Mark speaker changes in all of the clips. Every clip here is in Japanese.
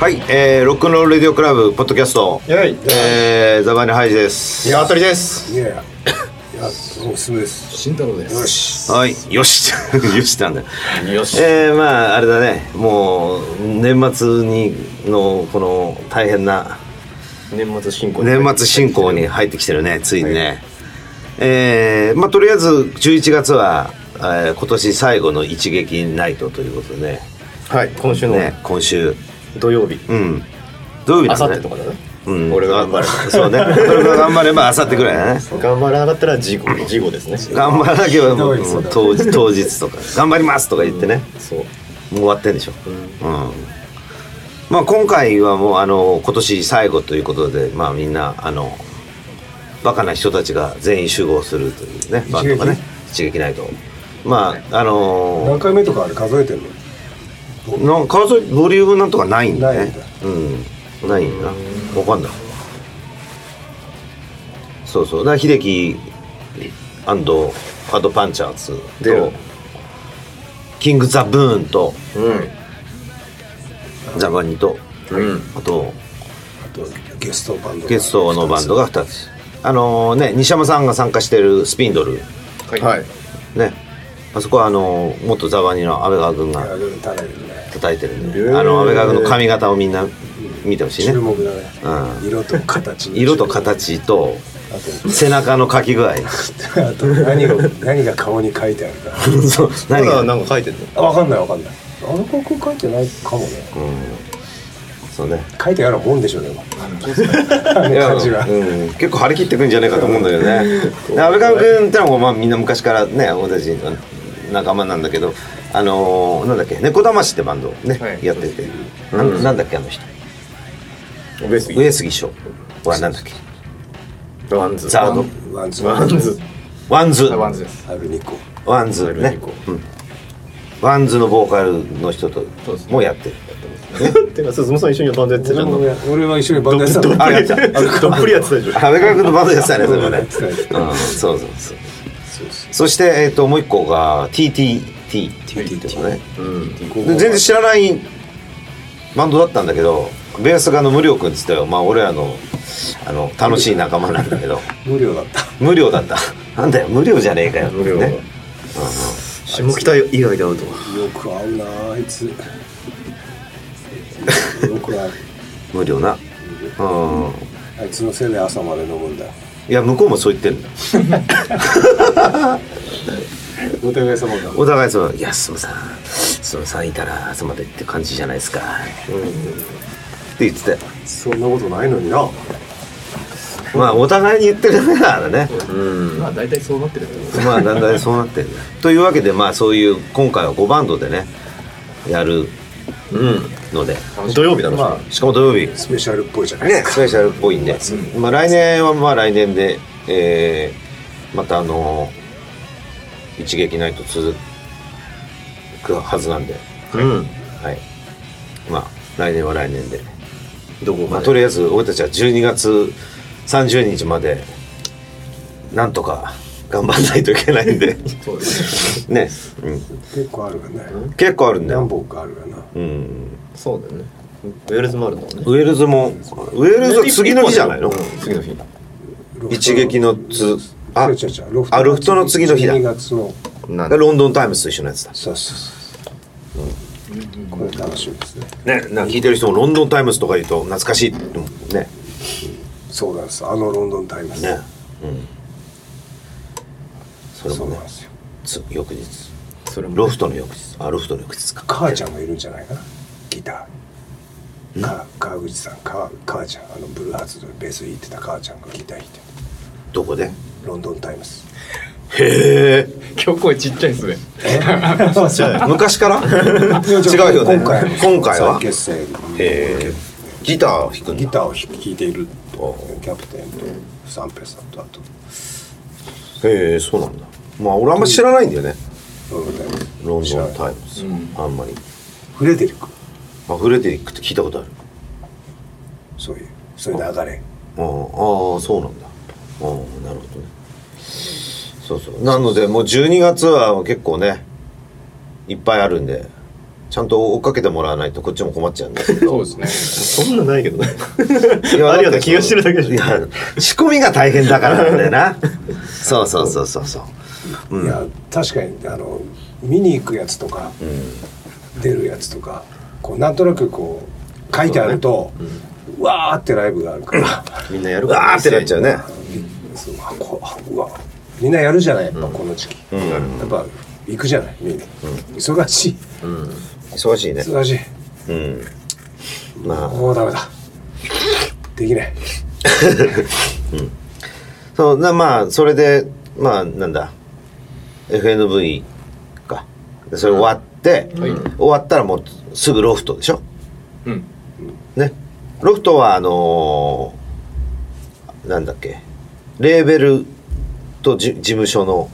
Speaker 1: はい、えー、ロックンロールレディオクラブポッドキャスト、
Speaker 2: いやい
Speaker 1: えー、ザバニハイジです。
Speaker 2: やたりです
Speaker 3: いやいや、いや、おすすめです。
Speaker 4: 慎太郎で
Speaker 3: よ
Speaker 4: す。
Speaker 3: し。
Speaker 1: はい、よし、 よしなんだよ。
Speaker 4: よし。
Speaker 1: えー、まああれだね、もう年末にのこの大変な
Speaker 4: 年末進行。
Speaker 1: 年末進行に入ってきてるね、ついにね。えー、まあとりあえず11月は、えー、今年最後の一撃ナイトということでね、
Speaker 2: はい
Speaker 4: 今週の
Speaker 1: ね今週、
Speaker 4: 土曜日。
Speaker 1: うん、土曜日な
Speaker 4: 明
Speaker 1: んだ
Speaker 4: 後
Speaker 1: ね
Speaker 4: 日とかだね。
Speaker 1: うん、
Speaker 4: 俺が頑張る。
Speaker 1: あそうね。俺が頑張れば明後日ぐらいだね。
Speaker 4: 頑張らなかったら事故事故ですね。
Speaker 1: 頑張らなければもう
Speaker 3: ひどいそうだね
Speaker 1: 当日当日とか頑張りますとか言ってね、
Speaker 4: そう。
Speaker 1: もう終わってんでしょ。うん。まあ今回はもうあの今年最後ということで、まあみんなあのバカな人たちが全員集合するというね、バンドがね、一撃ないと。まああの
Speaker 3: 何回目とかあれ数えてんの。
Speaker 1: なんか数えボリュームなんとかないんだ
Speaker 3: ないん
Speaker 1: ね
Speaker 3: だ。
Speaker 1: うん、ないんだ。わかんない。そうそう、だから秀樹。アンドハードパンチャーズ
Speaker 4: 出
Speaker 1: と
Speaker 4: る。
Speaker 1: キングザブーンと
Speaker 4: う
Speaker 1: ザバニと、
Speaker 4: ん。うん。
Speaker 1: あと
Speaker 3: あとゲストバンド。
Speaker 1: ゲストのバンドが2つ。あのね、西山さんが参加してるスピンドル。
Speaker 4: はい。
Speaker 2: はい
Speaker 1: ね。あそこはあの元ザバニの安倍川君
Speaker 3: いや
Speaker 1: が
Speaker 3: でもただいるね。
Speaker 1: 叩いてるん
Speaker 4: へ
Speaker 1: で、
Speaker 4: ー
Speaker 1: あの安倍川君の髪型をみんな見てほしいね
Speaker 3: 注。目だね。
Speaker 1: うん
Speaker 3: 色と形。
Speaker 1: 色と。形と
Speaker 3: あ
Speaker 1: 背中の描き 具合
Speaker 3: と、あと何が、何が顔に書いてあるか。
Speaker 1: そう
Speaker 4: ま
Speaker 1: 何
Speaker 4: だ
Speaker 1: が
Speaker 4: なんか書いてるの。
Speaker 3: あわかんない、わかんない。あの広告書いてないかもね。
Speaker 1: そうね
Speaker 3: 書いてあるもんでしょで も。あの感じは。
Speaker 1: うん、結構張り切ってくんじゃないかと思うんだけど ねで安倍川君ってのは、まあ、みんな昔からね俺たちの仲間なんだけどあのーなんだっけ猫だましってバンドをね、
Speaker 4: はい
Speaker 1: やってて、なん、なんだっけあの人
Speaker 4: 上杉。
Speaker 1: 上杉翔はなんだっけ
Speaker 4: ワンズ。
Speaker 1: ザード
Speaker 3: ワンツ
Speaker 4: ワンズ。
Speaker 1: ワンズ
Speaker 4: ワンズです。
Speaker 3: ある二個。
Speaker 1: ワンズ
Speaker 4: ワンズ
Speaker 1: ね
Speaker 4: 以降
Speaker 1: ワンズのボーカルの人と
Speaker 4: そうですね
Speaker 1: もやってる
Speaker 4: てか、鈴木さん一緒にバンドやってたじゃん。ど
Speaker 3: 俺は一緒にバンドやってた
Speaker 4: ど
Speaker 3: の
Speaker 4: っ
Speaker 1: あ
Speaker 4: ぷ
Speaker 1: や
Speaker 4: り
Speaker 1: ってた
Speaker 4: どっぷりやってたでしょ
Speaker 1: 安。倍川君のバンドやってたねそれもね、
Speaker 3: そうやってた
Speaker 1: うん、そうそうそうそして、えっともう一個が TTT っていうのね
Speaker 3: ここ
Speaker 1: で全然知らないバンドだったんだけどベースがあの無料君っつったよまあ俺らのあの楽しい仲間なんだ けど
Speaker 3: 無料だった。
Speaker 1: 無料だったなんだよ無料じゃねえかよ
Speaker 4: 無料
Speaker 1: ね、
Speaker 4: 下北以外で会うと。
Speaker 3: よく合うなあいつ。よく合う。
Speaker 1: 無料なうん
Speaker 3: あいつのせいで朝まで飲むんだ。
Speaker 1: いや向こうもそう言ってんだ
Speaker 3: お互い様だ。
Speaker 1: お互いその「いやすむさんすむさんいたら朝まで」って感じじゃないですか、って言ってたよ
Speaker 3: そんなことないのにな。
Speaker 1: まあお互いに言ってるからね、
Speaker 4: まあ、大体そうなってるけど。
Speaker 1: まあだんだんそうなってるねというわけでまあそういう今回は5バンドでねやる
Speaker 4: う
Speaker 1: ので
Speaker 4: ん。土曜日だろ。
Speaker 3: ま
Speaker 1: しかも土曜日
Speaker 3: スペシャルっぽいじゃないで
Speaker 1: ね
Speaker 3: すか。
Speaker 1: スペシャルっぽいんで、まあ来年はまあ来年で、えーまたあのー一撃ないと続くはずなんで
Speaker 4: うん。
Speaker 1: はいまあ来年は来年で、
Speaker 4: どこ
Speaker 1: まあ、
Speaker 4: か
Speaker 1: と
Speaker 4: で。
Speaker 1: りあえず俺たちは12月30日までなんとか頑張んないといけないん で
Speaker 4: そうですね。
Speaker 1: ね、うん、
Speaker 3: 結構あるわね。
Speaker 1: 結構あるんだ
Speaker 3: 何
Speaker 1: よ、
Speaker 3: 本かあるわな。
Speaker 1: うん
Speaker 4: そうだよね。ウェールズもあるんだもんね。
Speaker 1: ウェールズもウェールズは次の日じゃないの
Speaker 4: うん次の日。
Speaker 3: ロフト
Speaker 1: 一撃のつあ
Speaker 3: 違う違う違うロフト
Speaker 1: あロフトの次の日だ
Speaker 3: 12月の。
Speaker 4: なん
Speaker 1: ロンドンタイムズと一緒のやつだ
Speaker 3: そうそうそう。これ楽しみですね。
Speaker 1: ねなんか聞いてる人もロンドンタイムズとか言うと懐かしいって思うね
Speaker 3: そうなんです。あのロンドンタイムズ。
Speaker 1: ねうんそれ
Speaker 3: そ
Speaker 1: も
Speaker 3: う
Speaker 1: ね
Speaker 3: なんですよ。
Speaker 1: つ翌日
Speaker 4: それも
Speaker 1: ロフトの翌日あロフトの翌日か
Speaker 3: 母ちゃんもいるんじゃないかな。ギター。か川口さん、か母ちゃん、あのブルーハーツのベース弾いてた母ちゃんがギター弾いてる。
Speaker 1: どこでへ
Speaker 3: ロンドンタイムズ。
Speaker 1: え
Speaker 5: 今日声ちっちゃいですね。
Speaker 1: 昔から違うよね
Speaker 3: 今回
Speaker 1: 今回は
Speaker 3: 再結成
Speaker 1: へえギターを弾くん
Speaker 3: ギ
Speaker 1: だ
Speaker 3: ターを弾いている
Speaker 1: お
Speaker 3: キャプテンと三平さんとあと
Speaker 1: へえそうなんだまあ俺あんま知らないんだよね
Speaker 3: ロンドンタイムズ
Speaker 1: ロン
Speaker 3: 知
Speaker 1: ド
Speaker 3: ら
Speaker 1: ン
Speaker 3: ない
Speaker 1: タイムズあんまり
Speaker 3: フレデリック
Speaker 1: あフレデリックって聞いたことある
Speaker 3: そういうそういう流れ
Speaker 1: ああああそうなんだああなるほどねそうそうなのでもう12月は結構ねいっぱいあるんでちゃんと追っかけてもらわないとこっちも困っちゃうんですけど
Speaker 2: そうですね。
Speaker 4: そんなないけどね。
Speaker 1: いや
Speaker 4: ありがとう気がしてるだけでしょ
Speaker 1: いや仕込みが大変だからなんだよなそうそうそうそうそう
Speaker 3: いや確かにあの見に行くやつとか、出るやつとかこうなんとなくこう書いてあるとう,、わーってライブがあるから
Speaker 4: みんなやる
Speaker 1: う
Speaker 4: から
Speaker 1: わーってなっちゃうね
Speaker 3: そうあこうあうわみんなやるじゃないやっぱこの時期、やっぱ行くじゃないみんな、忙しい
Speaker 1: 忙しいね
Speaker 3: 忙しい
Speaker 1: うんまあ
Speaker 3: もうダメだできない
Speaker 1: そうなまあそれでまあなんだ FNV かでそれ終わって、
Speaker 2: はい
Speaker 1: 終わったらもうすぐロフトでしょ
Speaker 2: うん。
Speaker 1: ねロフトはあのーなんだっけレーベルとじ事務所の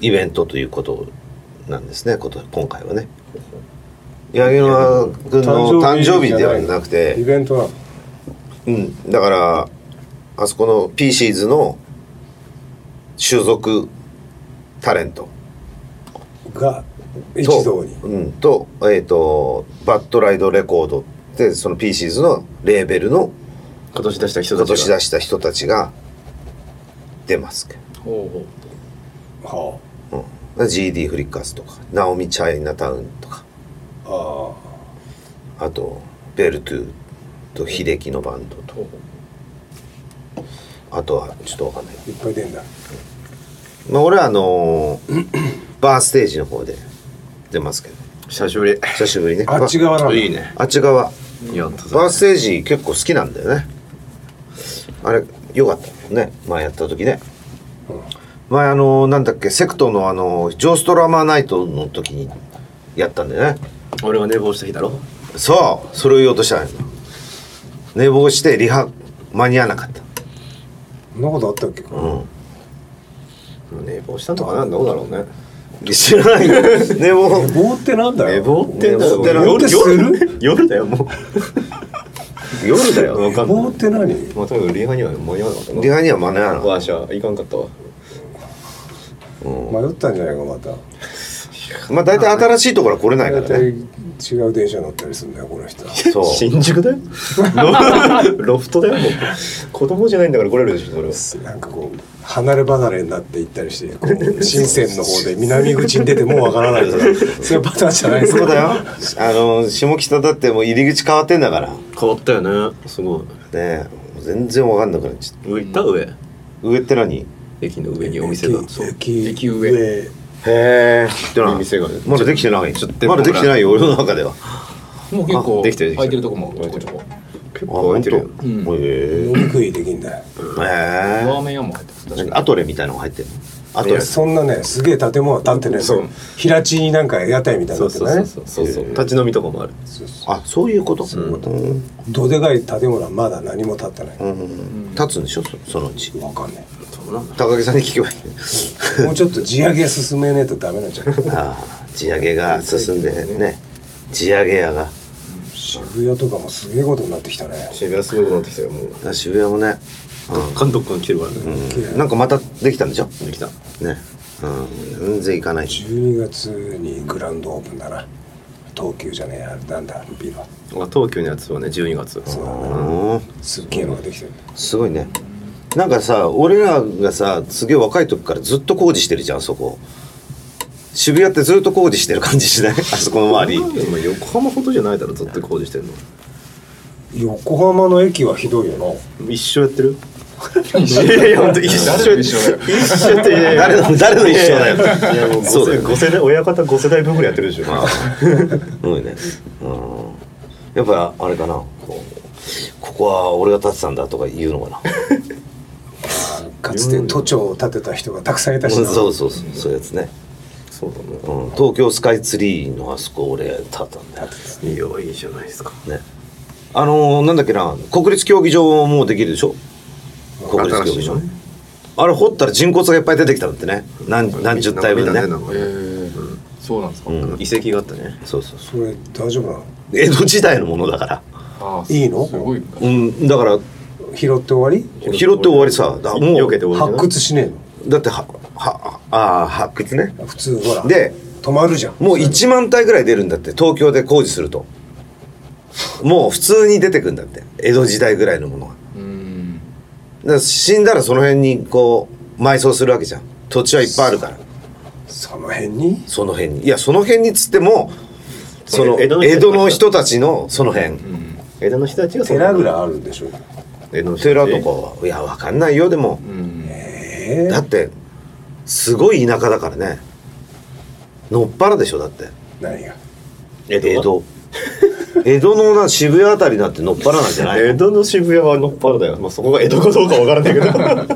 Speaker 1: イベントということなんですねこと今回はね八木沼君の誕生日ではなくて
Speaker 3: イベントなの
Speaker 1: うん、だからあそこのピーシーズの所属タレント
Speaker 3: が
Speaker 1: と
Speaker 3: 一堂に
Speaker 1: うん、と,、えー、とバッドライドレコードってそのピーシーズのレーベルの
Speaker 4: 今年出した人
Speaker 1: 今
Speaker 4: たちが。
Speaker 1: 年出した人たちが出ますけ
Speaker 2: ほうほ
Speaker 1: ど、う
Speaker 3: は
Speaker 1: ん、GD フリッカーズとかナオミ・チャイナタウンとか
Speaker 3: あああ
Speaker 1: あとベルトゥと秀樹のバンドと
Speaker 2: うほう。
Speaker 1: あとはちょっとわかんない
Speaker 3: いっぱい出んだ
Speaker 1: まあ、俺はあのーバーステージの方で出ますけど
Speaker 4: 久しぶり。
Speaker 1: 久しぶりね
Speaker 3: あっち側なんだ
Speaker 4: いいね。
Speaker 1: あっち側
Speaker 4: いや、た
Speaker 1: バー
Speaker 4: だ
Speaker 1: ステージ結構好きなんだよねあれよかったもんね前やった時ね前あのーなんだっけセクトのあのージョーストラマーナイトの時にやったんだよね
Speaker 4: 俺が寝坊した日だろ。
Speaker 1: そうそれを言おうとしたのよ寝坊してリハ間に合わなかった
Speaker 3: そんなことあったっけか
Speaker 1: うん
Speaker 4: 寝坊したのかなどうだろうね。
Speaker 1: 知ら ないよ寝坊
Speaker 3: 棒ってなんだよ
Speaker 4: 寝坊ってんだ
Speaker 1: 寝坊って
Speaker 4: よ。
Speaker 3: なんだ
Speaker 4: 夜夜だよ、もう。 夜だよ。わかんない。
Speaker 3: 棒って何
Speaker 4: まあ、とにかくリハには間に合わなかったな。
Speaker 1: リハには間に合わなかっ
Speaker 4: わしゃ、いかんかったわ。
Speaker 3: 迷ったんじゃないかまた
Speaker 1: たまあ大体新しいところは来れないか
Speaker 3: 大
Speaker 1: ら
Speaker 3: 体
Speaker 1: ね
Speaker 3: 違う電車乗ったりするんだよこの人は
Speaker 1: そう
Speaker 4: 新宿だよ。 ロロフトだよ、もう。子供じゃないんだから来れるでしょ、それは。
Speaker 3: なんかこう離れ離れになっていったりしてこう深センの方で南口に出てもうわからないとかそういうパターンじゃない ですか
Speaker 1: そうだよ。あの下北だってもう入り口変わってんだから。ね
Speaker 4: 変わったよね。すごい。
Speaker 1: え、もう全然わかんなくなっちゃっ
Speaker 4: 上行った上。
Speaker 1: た。上って何？へ
Speaker 4: 駅の上にお店が。そう。
Speaker 3: 駅
Speaker 2: 駅上
Speaker 3: 上
Speaker 1: え。ってな。
Speaker 4: お店がね
Speaker 1: まだできてない。ちょっ
Speaker 4: と
Speaker 1: まだできてないよ俺の中では。
Speaker 2: もう結構
Speaker 4: あできてるできてる
Speaker 2: 空いてるとこもちょこちょこ。
Speaker 4: 結
Speaker 1: あ
Speaker 4: 構空いてるよ。
Speaker 1: 本当
Speaker 2: うん
Speaker 1: へ
Speaker 3: 飲み食いできんだよ
Speaker 1: え。
Speaker 2: ラーメン屋も入ってます。確か
Speaker 1: 何
Speaker 2: に。
Speaker 1: アトレみたいなのが入ってるの。アトレ。
Speaker 3: そんなねすげえ建物は建ってないです
Speaker 4: そう
Speaker 3: 平地になんか屋台みたいに
Speaker 4: そ
Speaker 3: な
Speaker 4: う
Speaker 3: って
Speaker 4: そ
Speaker 3: る
Speaker 4: う
Speaker 3: ね
Speaker 4: そうそうそうそう。立ち飲みとかもある。
Speaker 1: あ、そういうこと。うん
Speaker 3: どでかい建物はまだ何も建ってない
Speaker 1: うん。立つんでしょ。そそのうち。
Speaker 3: わかんない
Speaker 1: 高木さんに聞けばいい。
Speaker 3: もうちょっと地上げ進めねえとダメなんじゃない
Speaker 1: ああ、地上げが進んでね。地上げ屋が。
Speaker 3: 渋谷とかもすげえことになってきたね
Speaker 4: 渋谷すごくなってきたよ、もう。
Speaker 1: あ渋谷もね。
Speaker 4: 監督が来てるからね。
Speaker 1: うんなんかまたできたんでしょ。
Speaker 4: できた。
Speaker 1: ね、うん、全然行かないし。
Speaker 3: 12月にグランドオープンだな東急じゃねえやなんだビルは
Speaker 4: まあ、東京のやつはね12月
Speaker 3: そうだな
Speaker 1: うん、
Speaker 3: すっげえのができてる
Speaker 1: すごいね。なんかさ、俺らがさ、すげえ若い時からずっと工事してるじゃん、そこ。渋谷ってずっと工事してる感じしない あそこの周り。
Speaker 4: でも横浜ほどじゃないだろずっと工事してんの
Speaker 3: 横浜の駅はひどいよな
Speaker 4: 一生やってるいやいや本当一生
Speaker 2: 誰と一緒だよ
Speaker 4: 一生っていやいや
Speaker 1: 誰の誰の一緒だよ
Speaker 4: いやいやいやもう
Speaker 1: そうだよ
Speaker 4: 5世代親方5世代分ぐらいやってるでしょ
Speaker 1: すごいね。うん。やっぱあれかな。こうここは俺が建てたんだとか言うのかな。
Speaker 3: かつて都庁を建てた人がたくさんいたし
Speaker 1: そう
Speaker 3: な
Speaker 1: そうそう、そういうやつね。
Speaker 4: そうだね
Speaker 1: うん、東京スカイツリーのあそこ俺建てたんだよ。
Speaker 4: いいよいいじゃないですか
Speaker 1: ねあのーなんだっけな国立競技場もできるでしょ国立競技場、
Speaker 4: 新しいのね
Speaker 1: あれ掘ったら人骨がいっぱい出てきたんだってね何何十体分ね
Speaker 4: なんか見たなんか
Speaker 2: えーそうなんですか。
Speaker 4: あの遺跡があったね
Speaker 1: そうそうそ
Speaker 3: それ大丈夫なの
Speaker 1: う江戸時代のものだから
Speaker 2: あー
Speaker 3: いいの
Speaker 2: すごいんだ。
Speaker 1: うんだから
Speaker 3: 拾って終わり
Speaker 1: 拾って終わりさだも
Speaker 4: 避け
Speaker 1: う
Speaker 4: て終わり
Speaker 3: 発掘しね
Speaker 1: だってははああ発掘ね
Speaker 3: えの普通ほら
Speaker 1: で
Speaker 3: 止まるじゃん
Speaker 1: もう1万体ぐらい出るんだって東京で工事するともう普通に出てくんだって江戸時代ぐらいのものがだか
Speaker 2: うん
Speaker 1: ら死んだらその辺にこう埋葬するわけじゃん土地はいっぱいあるから
Speaker 3: その辺に
Speaker 1: その辺にいやその辺にっつってもその
Speaker 4: 江戸の
Speaker 1: 江戸の人たちのその辺
Speaker 2: うん
Speaker 4: 江戸の人たちがそんな
Speaker 3: 寺ぐらいあるんでしょ
Speaker 1: 江戸の寺とかはいやわかんないよでも
Speaker 2: うん
Speaker 3: え
Speaker 1: だってすごい田舎だからねのっぱらでしょだって
Speaker 3: 何が
Speaker 1: 江戸
Speaker 4: 江戸は
Speaker 1: 江 戸のな渋谷あたりなんてのっぱらなんじゃないの
Speaker 4: 江戸の渋谷はのっぱらだよ、まあ、そこが江戸かどうかわからない けど
Speaker 1: だ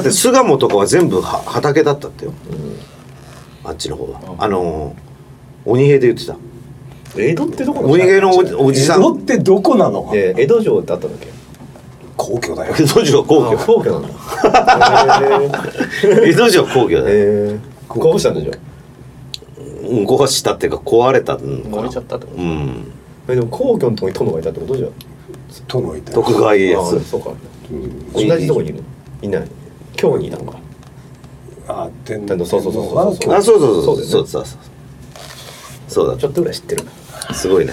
Speaker 1: って巣鴨とかは全部は畑だったってよ、あっちの方はあのー鬼平で言ってた
Speaker 4: 江戸ってどこ
Speaker 1: 鬼平のおじおじさん
Speaker 3: 江戸ってどこなの
Speaker 4: えー江戸城ってあったんだっけ
Speaker 3: 皇居だよ
Speaker 1: 江戸城皇
Speaker 4: あ
Speaker 1: 居
Speaker 4: 皇居なんだ
Speaker 1: 江戸城皇居
Speaker 4: えー
Speaker 1: だよ、
Speaker 4: えー、こうしたんでしょ
Speaker 1: うん壊したっていうか壊れたのかな
Speaker 2: 漏れちゃったってこ
Speaker 1: うん
Speaker 4: えでも皇居のとこに殿がいたってことじゃん
Speaker 3: 殿いた
Speaker 1: 徳川家
Speaker 4: あー
Speaker 1: 康
Speaker 4: そうか
Speaker 3: うん
Speaker 4: 同じとこにいるいない京にいたのか
Speaker 3: あ天
Speaker 4: 天皇そうそうそうそう
Speaker 3: 天皇
Speaker 1: あそうそうそう
Speaker 4: そ
Speaker 1: そううそうそうそうだ
Speaker 4: ちょっとぐらい知ってる
Speaker 1: ったすごいね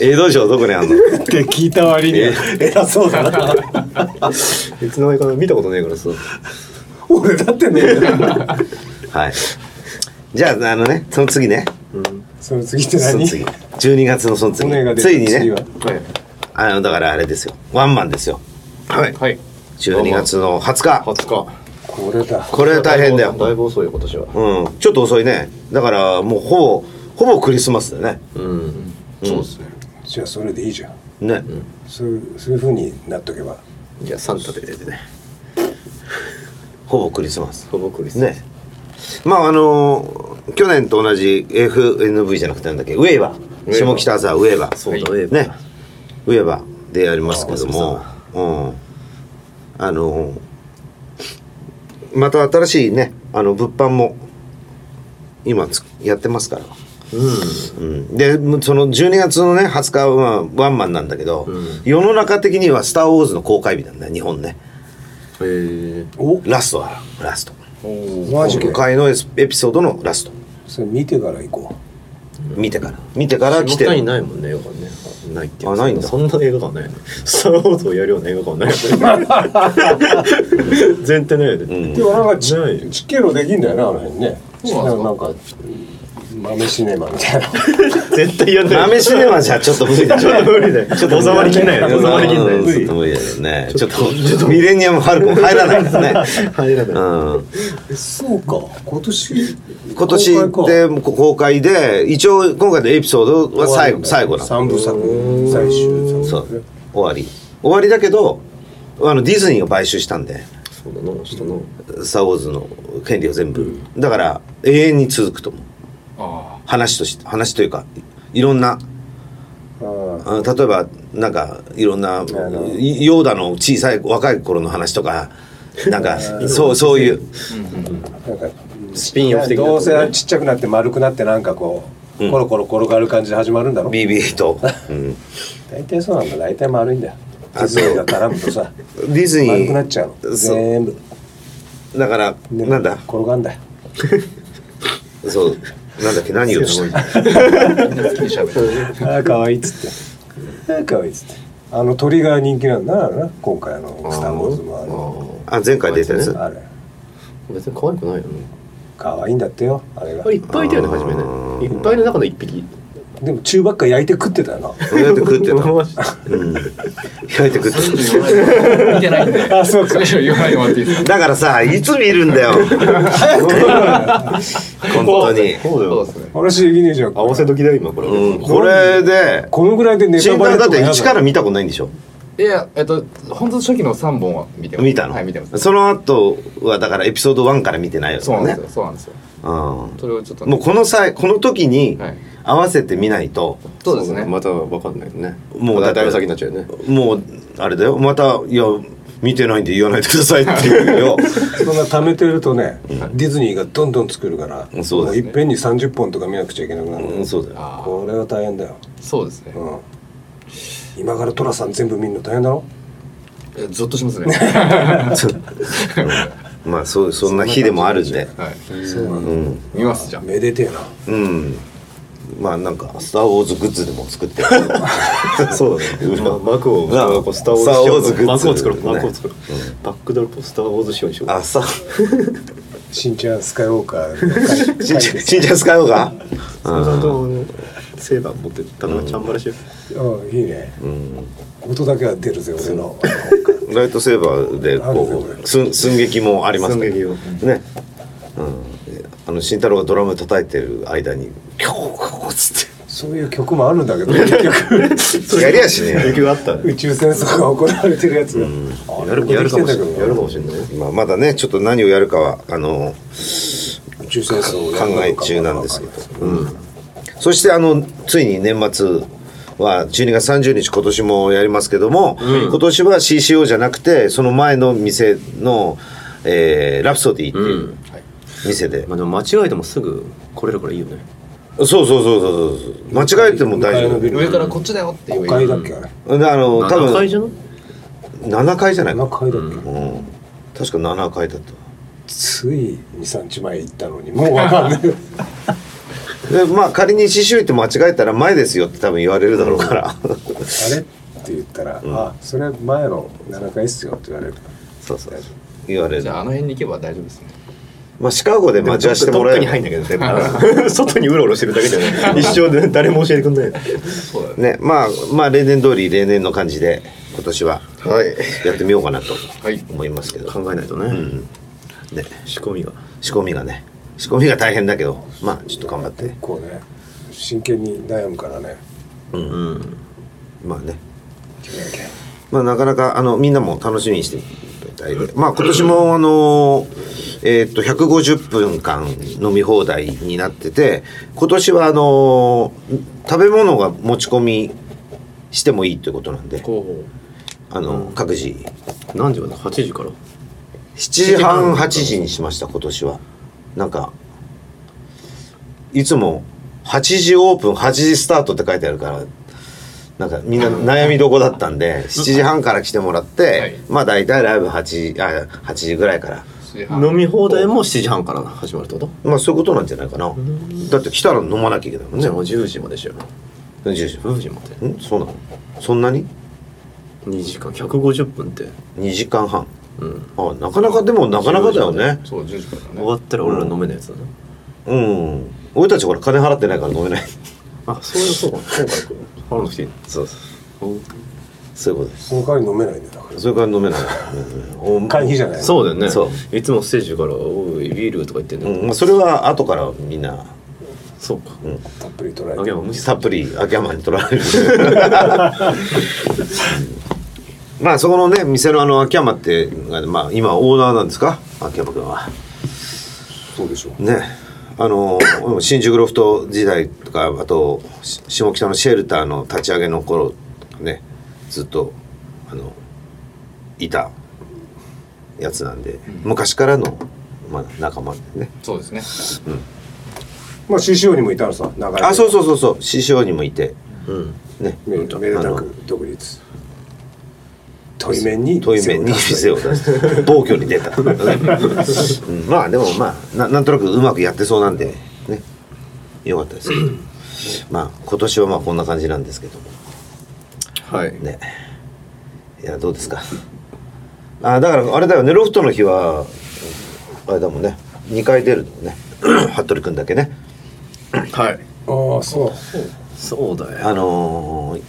Speaker 1: 江戸城どこにあんの
Speaker 3: って聞いた割に偉そうだな
Speaker 4: いつの間にか見たことねえからそう
Speaker 3: 俺だってね
Speaker 1: はいじゃああのねその次ね
Speaker 3: その次って
Speaker 1: その
Speaker 3: 何
Speaker 1: 次12月のその次
Speaker 3: 骨が出た
Speaker 1: ついに
Speaker 3: 次
Speaker 1: ね
Speaker 3: は
Speaker 1: あのだからあれですよワンマンですよ
Speaker 4: はい
Speaker 2: はい
Speaker 1: 12月の20日
Speaker 4: 20日
Speaker 3: これだ
Speaker 1: これ大変だよ
Speaker 4: だいぶ遅いよ今年は
Speaker 1: うん、ちょっと遅いねだからもうほぼほぼクリスマスだよね
Speaker 4: うん
Speaker 2: そうですね
Speaker 3: じゃあそれでいいじゃん
Speaker 1: ね、
Speaker 3: そういうそういうふうになっとけば
Speaker 4: じゃあサンタで出てね
Speaker 1: ほぼクリスマス
Speaker 4: ほぼクリスマス
Speaker 1: ねまああのー去年と同じ FNV じゃなくてなんだっけウェーバ
Speaker 4: ウェー
Speaker 1: ー
Speaker 4: バー
Speaker 1: 下北沢ウェーバー
Speaker 4: そうだ
Speaker 1: はい
Speaker 4: ウェーバー
Speaker 1: ねウェーバーでやりますけども
Speaker 4: あ
Speaker 1: うんあのーまた新しいねあの物販も今つやってますから
Speaker 4: う
Speaker 1: うん、でその12月のね20日はワンマンなんだけど、
Speaker 4: うん
Speaker 1: 世の中的には「スター・ウォーズ」の公開日なんだよ日本ね
Speaker 2: へえ
Speaker 3: お
Speaker 1: ラストだラスト
Speaker 3: マジ
Speaker 1: 今
Speaker 3: か
Speaker 1: 回のエスエピソードのラスト
Speaker 3: それ見てから行こ
Speaker 1: 見てから見てから来て
Speaker 4: 下に
Speaker 1: る
Speaker 4: ないもんね映画館ねないっていう
Speaker 1: あないんだ
Speaker 4: そんな映画館ないよねスター・ウォーズをやるような映画館ない よね全然ないよ
Speaker 1: う
Speaker 4: ね
Speaker 3: うんでもなんかち
Speaker 4: ない
Speaker 3: ちっけえのできんだよなあの辺ね
Speaker 2: そう
Speaker 3: な
Speaker 2: なんん
Speaker 3: か豆シネマみたいな
Speaker 4: 絶対やんない
Speaker 1: 豆シネマじゃちょっと無理だ
Speaker 4: ちょっと
Speaker 1: ね
Speaker 4: 無理だよちょっと収まりきんないよね
Speaker 1: う
Speaker 4: 収
Speaker 1: ん
Speaker 4: まりきんないよ
Speaker 1: ちょっと無理だよねちょっとちょっとミレニアム・ファルコン入らないですね
Speaker 4: 入らない
Speaker 1: うん
Speaker 3: そうか今年
Speaker 1: 今年で公開で一応今回のエピソードは最後最後なの
Speaker 3: 三部作最終
Speaker 1: そ
Speaker 3: 作
Speaker 1: う終わり終わりだけどあのディズニーが買収したんで
Speaker 4: そうだなちょっとの
Speaker 1: 「スター・ウォーズ」の権利を全部、だから永遠に続くと思う
Speaker 2: あ
Speaker 1: 話として話というかいろんな
Speaker 3: あ
Speaker 1: あ例えばなんかいろんなヨ
Speaker 3: の
Speaker 1: ーダの小さい若い頃の話とかなん かそうそういう
Speaker 3: あなんか
Speaker 4: スピンオフ的な
Speaker 3: どうせちっちゃくなって丸くなってなんかこう、
Speaker 1: うん
Speaker 3: コロコロ転がる感じで始まるんだろ
Speaker 1: BB と、うん
Speaker 3: 大体そうなんだ大体丸いんだよ
Speaker 1: あ
Speaker 3: 鉄分が絡むとさ
Speaker 1: ディズニ
Speaker 3: 丸くなっちゃう
Speaker 1: ー
Speaker 3: の
Speaker 1: そ
Speaker 3: 全部
Speaker 1: うだから
Speaker 3: で
Speaker 1: なんだ
Speaker 3: 転がんだよ
Speaker 1: そうなんだっけ何 をした
Speaker 2: あみんな好きにしゃべる
Speaker 3: ああ可愛いっつってああ可愛いっつってあの鳥が人気なんだな今回の「スター・ウォーズ」も
Speaker 1: あ前回出たや
Speaker 3: あ
Speaker 1: つ
Speaker 3: れあれ
Speaker 4: 別に可愛くないよね
Speaker 3: 可愛いんだってよあれが
Speaker 4: あれいっぱいいたよね初めねいっぱいの中の一匹
Speaker 3: でも中ばっか焼いて食ってたよ
Speaker 1: 焼いて食ってた、
Speaker 4: マジ
Speaker 1: うん、焼いて食ってた
Speaker 2: 見てない んで
Speaker 3: なあそう
Speaker 2: それ以上言わないでもらっていいですか
Speaker 1: だからさいつ見るんだ よ本当に、
Speaker 4: そうだ
Speaker 2: そう
Speaker 4: よ
Speaker 2: ですね
Speaker 3: 話できねえじゃん
Speaker 4: 合わせ時だよ今これ、
Speaker 1: うん、これで
Speaker 3: このぐらいでネタ
Speaker 1: 新
Speaker 3: バレ
Speaker 1: 刊だっ
Speaker 3: とか
Speaker 1: て
Speaker 3: や
Speaker 1: 一から見たことないんでしょ
Speaker 2: いやえっと本当初期の三本は見てます
Speaker 1: 見たの、
Speaker 2: はい見てます
Speaker 1: その後はだからエピソード1から見てないよね
Speaker 2: そうなんですよそうなんですよ
Speaker 1: うんも
Speaker 2: それをちょっと
Speaker 1: うこの際この時に
Speaker 2: はい
Speaker 1: 合わせて見ないと、
Speaker 2: そうですね
Speaker 4: またわかんないよね
Speaker 1: もう
Speaker 4: ま
Speaker 1: だ
Speaker 4: た
Speaker 1: って
Speaker 4: だいぶ先になっちゃうよね
Speaker 1: もうあれだよまた「いや見てないんで言わないでください」っていう よ
Speaker 3: そんな貯めてるとね、ディズニーがどんどん作るから、
Speaker 1: うんそう
Speaker 3: も
Speaker 1: です
Speaker 3: うい
Speaker 1: ね
Speaker 3: っぺんに30本とか見なくちゃいけなくなる、
Speaker 1: うんそうだよ
Speaker 2: あ
Speaker 3: これは大変だよ、
Speaker 2: あそうですね
Speaker 3: うん、今から寅さん全部見るの大変だろ
Speaker 2: えゾッとしますね
Speaker 1: まあそうそんな日でもあるんで
Speaker 2: はい、
Speaker 3: そうなんだ
Speaker 1: うん
Speaker 2: 見ますじゃん
Speaker 3: めでてえ
Speaker 1: う
Speaker 3: な
Speaker 1: んまあなんか「スター・ウォーズ」グッズでも作って
Speaker 4: そうだね。ま幕を
Speaker 1: な
Speaker 4: こうスターウォーズ仕様の
Speaker 1: スターウォーズグッズ
Speaker 4: 幕を作ろう。
Speaker 1: ね
Speaker 4: 幕を作ろう。バックドロップをスターウォーズ仕様にしよう。
Speaker 1: あさ
Speaker 3: 新ちゃんスカイウォーカーの
Speaker 1: ちんちゃんちんちゃん使おうか
Speaker 4: それちゃんとあのセーバー持ってったからチャンバラしよ
Speaker 3: うんいいね音だけは出るぜ俺の
Speaker 1: ライトセーバーでこう寸寸劇もありますから
Speaker 4: 寸劇を
Speaker 1: ね、うん、であの慎太郎がドラム叩いてる間に「キョコココ」っつっ
Speaker 3: そういう曲もあるん だけど結局
Speaker 1: てやりやしね
Speaker 4: う。
Speaker 1: え
Speaker 4: 影
Speaker 1: よ
Speaker 4: 響があったね。
Speaker 3: 宇宙戦争が行われてるやつがあ
Speaker 1: やるやるかもしれない
Speaker 3: や
Speaker 1: やる
Speaker 3: るか
Speaker 1: か
Speaker 3: も
Speaker 1: もしれない、まあ、まだねちょっと何をやるかはあの
Speaker 3: 宇宙戦争をやるの
Speaker 1: 考
Speaker 3: か
Speaker 1: え中なんですけど、うん、そしてあのついに年末は12月30日今年もやりますけども、今年は CCO じゃなくてその前の店の、えーラプソディっていう店で、
Speaker 5: まあでも間違えてもすぐ来れるからいいよね
Speaker 1: そうそうそうそうそう間違えても大丈
Speaker 3: 向かいのビル
Speaker 1: 夫
Speaker 2: 上からこっちだよって言え
Speaker 3: 5
Speaker 2: ば
Speaker 3: 階
Speaker 2: いい
Speaker 3: だっけあれ
Speaker 1: であの多
Speaker 5: 7階
Speaker 1: 分
Speaker 5: じゃない
Speaker 1: 7階じゃないか
Speaker 3: 7
Speaker 1: な、
Speaker 3: 階だっけ
Speaker 1: うん、確か7階だった
Speaker 3: つい23日前行ったのにもうわかんない
Speaker 1: でまあ仮に刺繍って間違えたら前ですよって多分言われるだろうから、
Speaker 3: あれって言ったら「あそれ前の7階っすよ」って言われる
Speaker 1: そうそう言われる
Speaker 2: じゃああの辺に行けば大丈夫ですね
Speaker 1: まあシカゴで待ち合わせてもらえ
Speaker 4: トップに入んだけど全部 外にうろうろしてるだけじ ゃない一生で誰も教えてくんない
Speaker 2: そうだね
Speaker 1: ねまあまあ例年通り例年の感じで今年は
Speaker 4: はい
Speaker 1: やってみようかなと
Speaker 2: はい
Speaker 1: 思いますけど、
Speaker 4: 考えないとね、
Speaker 1: ね
Speaker 4: 仕込みが
Speaker 1: 仕込みがね仕込みが大変だけどまあちょっと頑張って
Speaker 3: 結構ね真剣に悩むからね
Speaker 1: まあね
Speaker 3: 決めなきゃ
Speaker 1: まあなかなかあのみんなも楽しみにしていただいてまあ今年もあのえーっと150分間飲み放題になってて今年はあの食べ物が持ち込みしてもいいってことなんで
Speaker 5: こ
Speaker 1: あの各自
Speaker 5: う何時まで8時から
Speaker 1: 7時半8時にしました今年はなんかいつも8時オープン8時スタートって書いてあるからなんかみんな悩みどこだったん で7時半から来てもらって、
Speaker 2: はい
Speaker 1: まあ大体ライブ8時あ8時ぐらいから
Speaker 5: 飲み放題も7時半から始まるってこと
Speaker 1: まあそういうことなんじゃないかなだって来たら飲まなきゃいけないもん
Speaker 5: じ
Speaker 1: ね
Speaker 5: ゃあもう10時までしよ
Speaker 1: 10時
Speaker 5: う10時まで
Speaker 1: んそうなのそんなに
Speaker 5: 2時間150分って
Speaker 1: 2時間半
Speaker 5: うん
Speaker 1: あなかなかでもなかなかだよね
Speaker 2: そう10時から
Speaker 5: 終
Speaker 2: ね
Speaker 5: わったら俺ら飲めないやつだな
Speaker 1: うん俺たちほら金払ってないから飲めない
Speaker 5: あそういうそうかそうかあるの来ていい
Speaker 1: そうそう
Speaker 5: の
Speaker 1: そういうことです
Speaker 3: その代わり飲めないんだよだか
Speaker 1: それから飲めないお
Speaker 3: ら会費じゃない
Speaker 5: そうだよね
Speaker 1: そ
Speaker 5: いつもステージから「おいビール」とか言ってんだ
Speaker 1: う
Speaker 5: けど、
Speaker 1: んまあ、それは後からみんな
Speaker 5: そうか
Speaker 3: たっぷり取ら
Speaker 5: あげ
Speaker 3: れて
Speaker 5: は無視
Speaker 1: たっぷり秋山に取られるまあそこのね店のあの秋山っていうのが、まあ、今オーナーなんですか秋山君は
Speaker 3: そうでしょう
Speaker 1: ねあの新宿ロフト時代とかあとし下北のシェルターの立ち上げの頃ねずっとあのいたやつなんで、昔からの、まあ、仲間でね
Speaker 2: そうですね
Speaker 3: まあ CCO にもいたらさ長い
Speaker 1: あそうそうそうそう師匠にもいて、ね
Speaker 3: めめで
Speaker 1: あ
Speaker 3: た
Speaker 1: の
Speaker 3: く独立対面に
Speaker 1: 遠い面に
Speaker 3: 店
Speaker 1: 店
Speaker 3: を
Speaker 1: を
Speaker 3: 出す
Speaker 1: 出して暴挙に 出た、うんまあでもまあななんとなくうまくやってそうなんでねよかったですけどまあ今年はまあこんな感じなんですけども
Speaker 4: はい
Speaker 1: ねいやどうですかあだからあれだよねロフトの日はあれだもんね2回出るの ね服部君だけね
Speaker 4: はい
Speaker 3: ああそう
Speaker 5: そうだよ
Speaker 1: あのー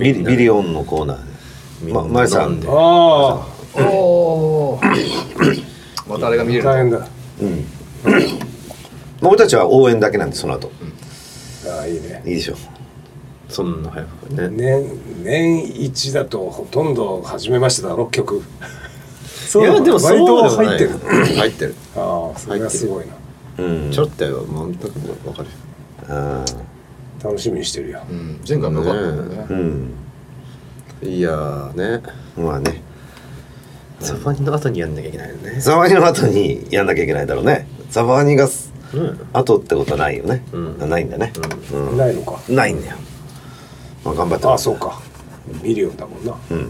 Speaker 1: ビリビリオンのコーナーで、ま、前さん
Speaker 3: あ
Speaker 2: おおまたあれが
Speaker 3: あ
Speaker 2: 見れる
Speaker 3: 大変だ
Speaker 1: 僕たちは応援だけなんでその後
Speaker 3: ああいいね
Speaker 1: いいでしょ
Speaker 5: そんな早くね
Speaker 3: 年年一だとほとんど初めましてだろ曲そ
Speaker 5: いうやでもそう
Speaker 3: 割
Speaker 5: で
Speaker 3: と
Speaker 5: も
Speaker 3: 入
Speaker 5: な
Speaker 3: っ
Speaker 5: い入
Speaker 3: てる
Speaker 5: ってる
Speaker 3: ああそれがすごいな
Speaker 1: うん
Speaker 4: ちょろっとやれば全く分かる
Speaker 1: あ
Speaker 3: 楽しみにしてるよ
Speaker 2: うん前回もよかったんだよ
Speaker 1: ーう
Speaker 2: ね
Speaker 1: ん
Speaker 4: いやーね
Speaker 1: まあね
Speaker 4: ザファニの後にやんなきゃいけないよね
Speaker 1: ザワニの後にやんなきゃいけないだろうねザワニがす
Speaker 4: うん
Speaker 1: 後ってことはないよね、
Speaker 4: うん
Speaker 1: あないんだね、うん
Speaker 3: ないのか
Speaker 1: ないんだよまあ頑張ってください
Speaker 3: ああそうかミリオンだもんな
Speaker 1: うん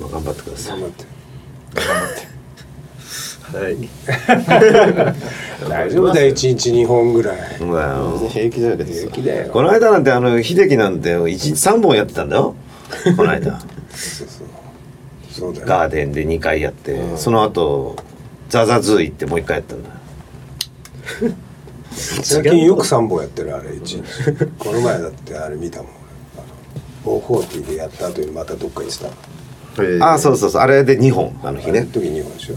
Speaker 1: まあ頑張ってくださ
Speaker 3: そ
Speaker 1: いう
Speaker 3: なって
Speaker 5: はい
Speaker 3: 大丈夫だよ1日2本ぐらい
Speaker 1: うんうん
Speaker 4: 平気じゃないです
Speaker 3: 平
Speaker 4: か
Speaker 3: 気だよ
Speaker 1: この間なんてあの秀樹なんて一日3本やってたんだよこの間
Speaker 3: そうだよ
Speaker 1: ガーデンで2回やって、その後ザザズー行ってもう1回やったんだ
Speaker 3: 最近よく3本やってるあれ1日この前だってあれ見たもん俺あの440でやった後にまたどっか行ってた
Speaker 5: えー
Speaker 1: ああそうそうそうあれで2本あの
Speaker 3: あ
Speaker 1: 日ね
Speaker 3: れの時2本でしょ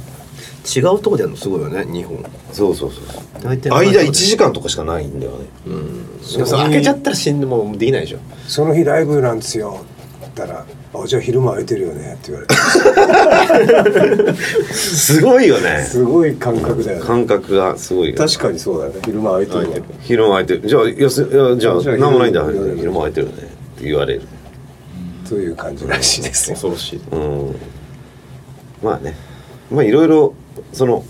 Speaker 5: 違うとこでやるのすごいよね日本
Speaker 1: そうそうそう
Speaker 5: 大体
Speaker 1: 間1時間とかしかないんだよね
Speaker 5: でもそう開けちゃったら死んでもうできないでしょ
Speaker 3: その日ライブなんですよって言ったら「あじゃあ昼間空いてるよね」って言われて
Speaker 1: すごいよね
Speaker 3: すごい感覚だよね
Speaker 1: 感覚がすごいよ
Speaker 3: 確かにそうだね昼間空いてるよね
Speaker 1: 昼間空いてるじゃあよすいやじゃあ
Speaker 3: じゃあ
Speaker 1: 何もないんだ
Speaker 3: 昼間
Speaker 1: 昼間空いてるねって言われる
Speaker 3: という感じらしいですよ
Speaker 5: 恐ろしい
Speaker 1: うんまあねまあいろいろその、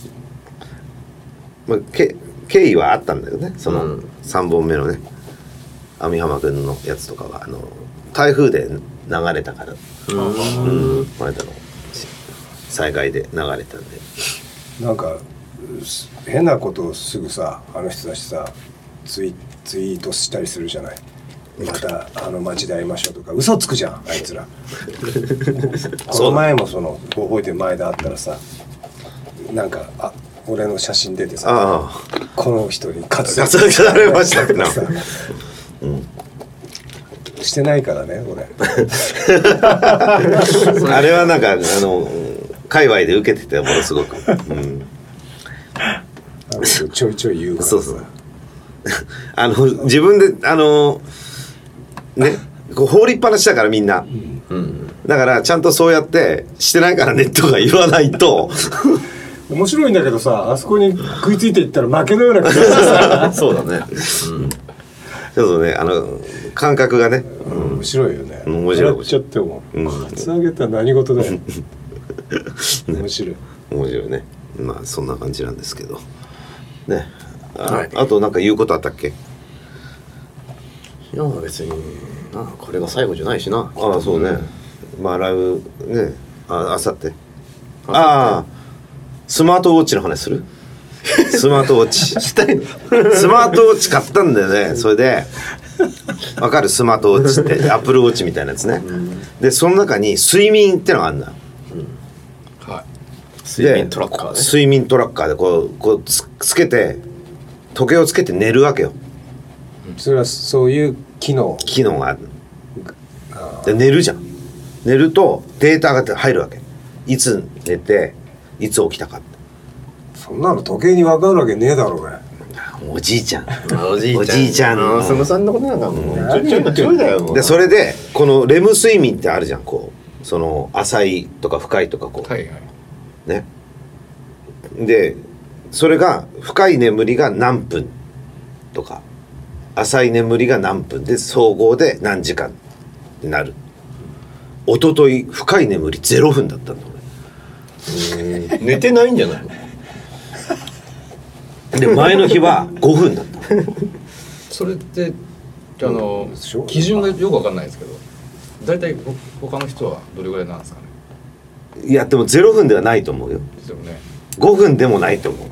Speaker 1: まあ、け経緯はあったんだけどねそうの
Speaker 5: ん
Speaker 1: 3本目のね網浜くんのやつとかはあの台風で流れたから、うん、この間のし災害で流れたんで
Speaker 3: なんかす変なことをすぐさあの人たちさツイツイートしたりするじゃないまたあの街で会いましょうとか嘘つくじゃんあい つらこの前もその覚えてる前で会ったらさなんかあ俺の写真出てさ
Speaker 1: ああ
Speaker 3: この人に活
Speaker 1: ガサガサられましたけ ど
Speaker 3: さしてないからね俺
Speaker 1: あれはなんかあの界隈で受けててものすごく、うん、
Speaker 3: あのちょいちょい言うから
Speaker 1: そうそうあの自分であのねこう放りっぱなしだからみんな、だからちゃんとそうやってしてないからねとか言わないと
Speaker 3: 面白いんだけどさあそこに食いついていったら負けのような感じでさ
Speaker 5: そうだね
Speaker 1: ちょっとねあの感覚がね
Speaker 3: 面白いよね
Speaker 1: 面白い
Speaker 3: 笑っちゃっても
Speaker 1: うん
Speaker 3: カツアゲって何 事だよ面白い
Speaker 1: 面白いねまあそんな感じなんですけどねあ,、
Speaker 5: はい
Speaker 1: あとなんか言うことあったっけ
Speaker 5: いや別になこれが最後じゃないしな
Speaker 1: ああそうね、まあライブねああさってああスマートウォッチの話する スマートウォッチ
Speaker 5: したいの
Speaker 1: スマートウォッチ買ったんだよねそれでわかるスマートウォッ チってアップルウォッチみたいなやつねでその中に睡眠ってのがあるんだ
Speaker 5: 睡眠トラッカーね
Speaker 1: 睡眠トラッカーでこうこうつつけて時計をつけて寝るわけよ
Speaker 3: それはそういう機能
Speaker 1: 機能があるで寝るじゃん寝るとデータが入るわけいつ寝ていつ起きたかって
Speaker 3: そんなの時計に分かるわけねえだろうね
Speaker 1: おじいちゃん
Speaker 5: おじいちゃん
Speaker 1: おじいちゃんの
Speaker 5: あーそのさんのことなんかもうちょいちょいちょいだよもう
Speaker 1: でそれでこのレム睡眠ってあるじゃんこうその浅いとか深いとかこう、
Speaker 2: はいはい
Speaker 1: ねでそれが深い眠りが何分とか浅い眠りが何分で総合で何時間ってなる一昨日深い眠り0分だったんだ
Speaker 5: 寝てないんじゃないの
Speaker 1: 俺で前の日 は5分だった
Speaker 2: それってあの
Speaker 3: しょうがない
Speaker 2: 基準がよくわかんないですけど大体ほ他の人はどれぐらいなんですかね
Speaker 1: いやでも0分ではないと思うよ
Speaker 2: ですよね
Speaker 1: 5分でもないと思う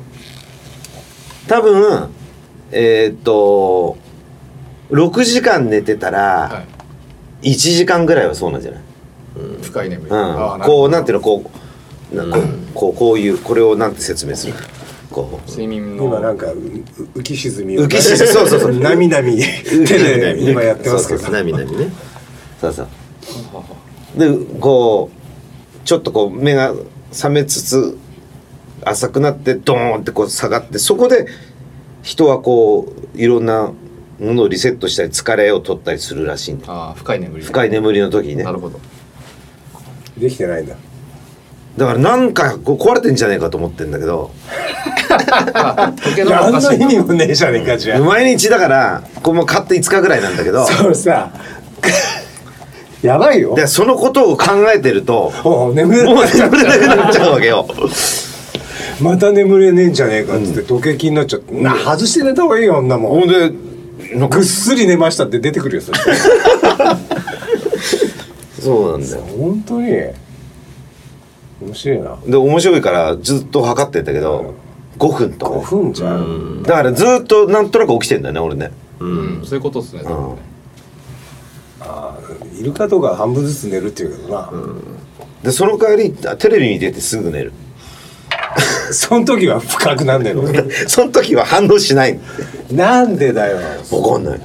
Speaker 1: 多分えーっと6時間寝てた
Speaker 2: は
Speaker 1: ら
Speaker 2: い
Speaker 1: 1時間ぐらいはそうなんじゃない
Speaker 2: 深い眠り
Speaker 1: う
Speaker 2: あ
Speaker 1: ん、
Speaker 2: ー
Speaker 1: こう
Speaker 2: な
Speaker 1: な
Speaker 2: る
Speaker 1: んていうのこうなこうこうこういうこれをなんて説明するこ
Speaker 2: ほど睡眠の
Speaker 3: 今なんかうう浮き沈みを
Speaker 1: 浮き沈みそうそうそう
Speaker 3: なみなみ手で 今やってますけ
Speaker 1: そ
Speaker 3: ど
Speaker 1: うそうねそうそうでこうちょっとこう目が覚めつつ浅くなってドーンってこう下がってそこで人はこういろんなものをリセットしたり疲れを取ったりするらしいんだよ
Speaker 2: あー深い眠り
Speaker 1: 深い眠りの時にね
Speaker 2: なるほど
Speaker 3: できてないんだ
Speaker 1: だからなんかこう壊れてんじゃねえかと思ってんだけど
Speaker 2: 時計の方がお
Speaker 3: 何
Speaker 2: か
Speaker 3: の
Speaker 2: しい
Speaker 3: 意味もねえじゃねえかじゃあ
Speaker 1: 毎日だからこうもう買って5日ぐらいなんだけど
Speaker 3: そ れさやばいよ
Speaker 1: でそのことを考えてると
Speaker 3: おう眠れ
Speaker 1: もう眠れなくなっちゃうわけよ
Speaker 3: また眠れねえんじゃねえかっつって時計気になっちゃって、な外して寝た方がいいよ女もん
Speaker 1: ほんでなんか
Speaker 3: ぐっすり寝ましたって出てくるよ そしたら
Speaker 1: そうなんだよ
Speaker 3: 本当に面白いな
Speaker 1: で面白いからずっと測ってんだけ
Speaker 3: う
Speaker 1: ど
Speaker 3: ん
Speaker 1: 5分と
Speaker 3: 5分じゃん
Speaker 1: だからずっとなんとなく起きてんだよね俺ね
Speaker 2: うん、そういうことですね。多分ね
Speaker 3: あーイルカとか半分ずつ寝るっていうけどな、
Speaker 1: でその代わりテレビ見ててすぐ寝る
Speaker 3: その時は深くなんねえの
Speaker 1: その時は反応しない
Speaker 3: なんでだよ
Speaker 1: わかんない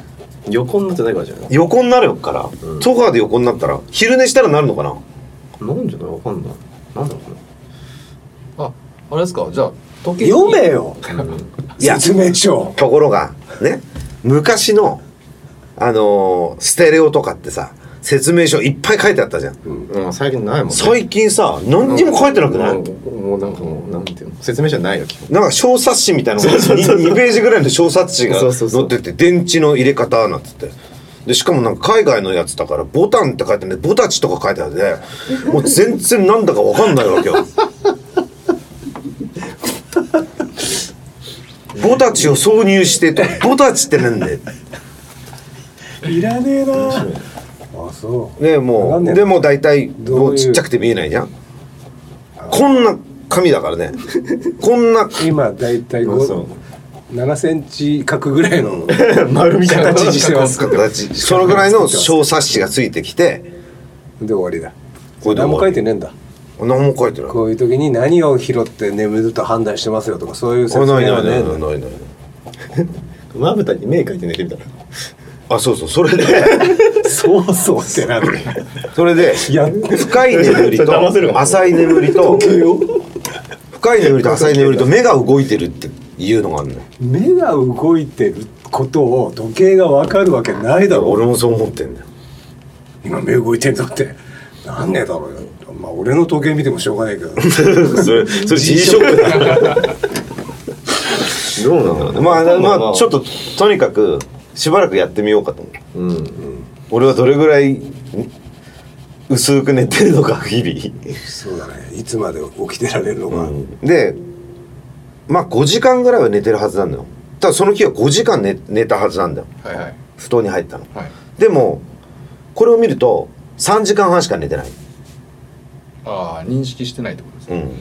Speaker 5: 横になってないからじゃない
Speaker 1: 横になるから、ソファーで横になったら昼寝したらなるのかな
Speaker 5: なんじゃないわかんないなんだろう
Speaker 2: あ、あれですか。じゃあ時計に
Speaker 3: 読め。よ
Speaker 5: な、うん、
Speaker 1: いや
Speaker 3: 説明書
Speaker 1: ところがね昔のあのーステレオとかってさ説明書いっぱい書いてあったじゃん、
Speaker 5: まあ最近ないもんね
Speaker 1: 最近さ何にも書いてなくない、
Speaker 5: うんもうなんかもうなんていうの説明書ないよ基本
Speaker 1: なんか小冊子みたいなのが
Speaker 5: そうそうそう
Speaker 1: 2ページぐらいの小冊子が
Speaker 5: そうそうそ
Speaker 1: 載っ
Speaker 5: う
Speaker 1: てて電池の入れ方なんつってでしかもなんか海外のやつだからボタンって書いてあるんでボタチとか書いてあるんでもう全然なんだかわかんない わけよボタチを挿入してとボタチってなんで
Speaker 3: いらねえなあそう
Speaker 1: ね
Speaker 3: わか
Speaker 1: も
Speaker 3: んね
Speaker 1: う
Speaker 3: え
Speaker 1: でも大体
Speaker 3: どういう
Speaker 1: もうちっちゃくて見えないじゃんこんな紙だからねこんな
Speaker 3: 今だいたい
Speaker 5: まあそう
Speaker 3: 7センチ角ぐらい の
Speaker 5: 丸みたいな
Speaker 3: 形にしてます
Speaker 1: 形そのぐらいの小冊子がついてきて
Speaker 3: で終わりだ
Speaker 1: これで終わり
Speaker 3: 何も書いてねえんだ
Speaker 1: 何も書いてない
Speaker 3: こういう時に何を拾って眠ると判断してますよとかそういう説
Speaker 1: あ
Speaker 3: 明
Speaker 1: な
Speaker 3: はい
Speaker 1: ない
Speaker 3: ね
Speaker 1: な
Speaker 3: え
Speaker 1: い
Speaker 3: ん
Speaker 1: な
Speaker 3: だ
Speaker 1: いな いない
Speaker 5: まぶたに目描いて寝てみたら
Speaker 1: あそうそうそれで
Speaker 3: そうそうってなんだよ
Speaker 1: それで
Speaker 3: いや
Speaker 1: 深い眠り
Speaker 5: それ騙せるか
Speaker 1: と
Speaker 5: も
Speaker 1: 浅い眠りと深い眠りと浅い眠りと目が動いてるっていうのがあるのよ
Speaker 3: 目が動いてることを時計が分かるわけないだろ
Speaker 1: 俺もそう思ってんだよ
Speaker 3: 今目動いてんだってなんねえだろうよまあ俺の時計見てもしょうがないけど
Speaker 1: そ れそれ G ショックだよ
Speaker 5: どうなんだろうね
Speaker 1: まあまあちょっととにかくしばらくやってみようかと思う
Speaker 5: うん
Speaker 1: 俺はどれぐらいん薄く寝てるのか日々
Speaker 3: そうだねいつまで起きてられるのか、
Speaker 1: でまあ5時間ぐらいは寝てるはずなんだよただその日は5時間寝寝たはずなんだよ
Speaker 2: はいはい
Speaker 1: 布団に入ったの
Speaker 2: はい。
Speaker 1: でもこれを見ると3時間半しか寝てない、
Speaker 2: ああ、認識してないってことですね。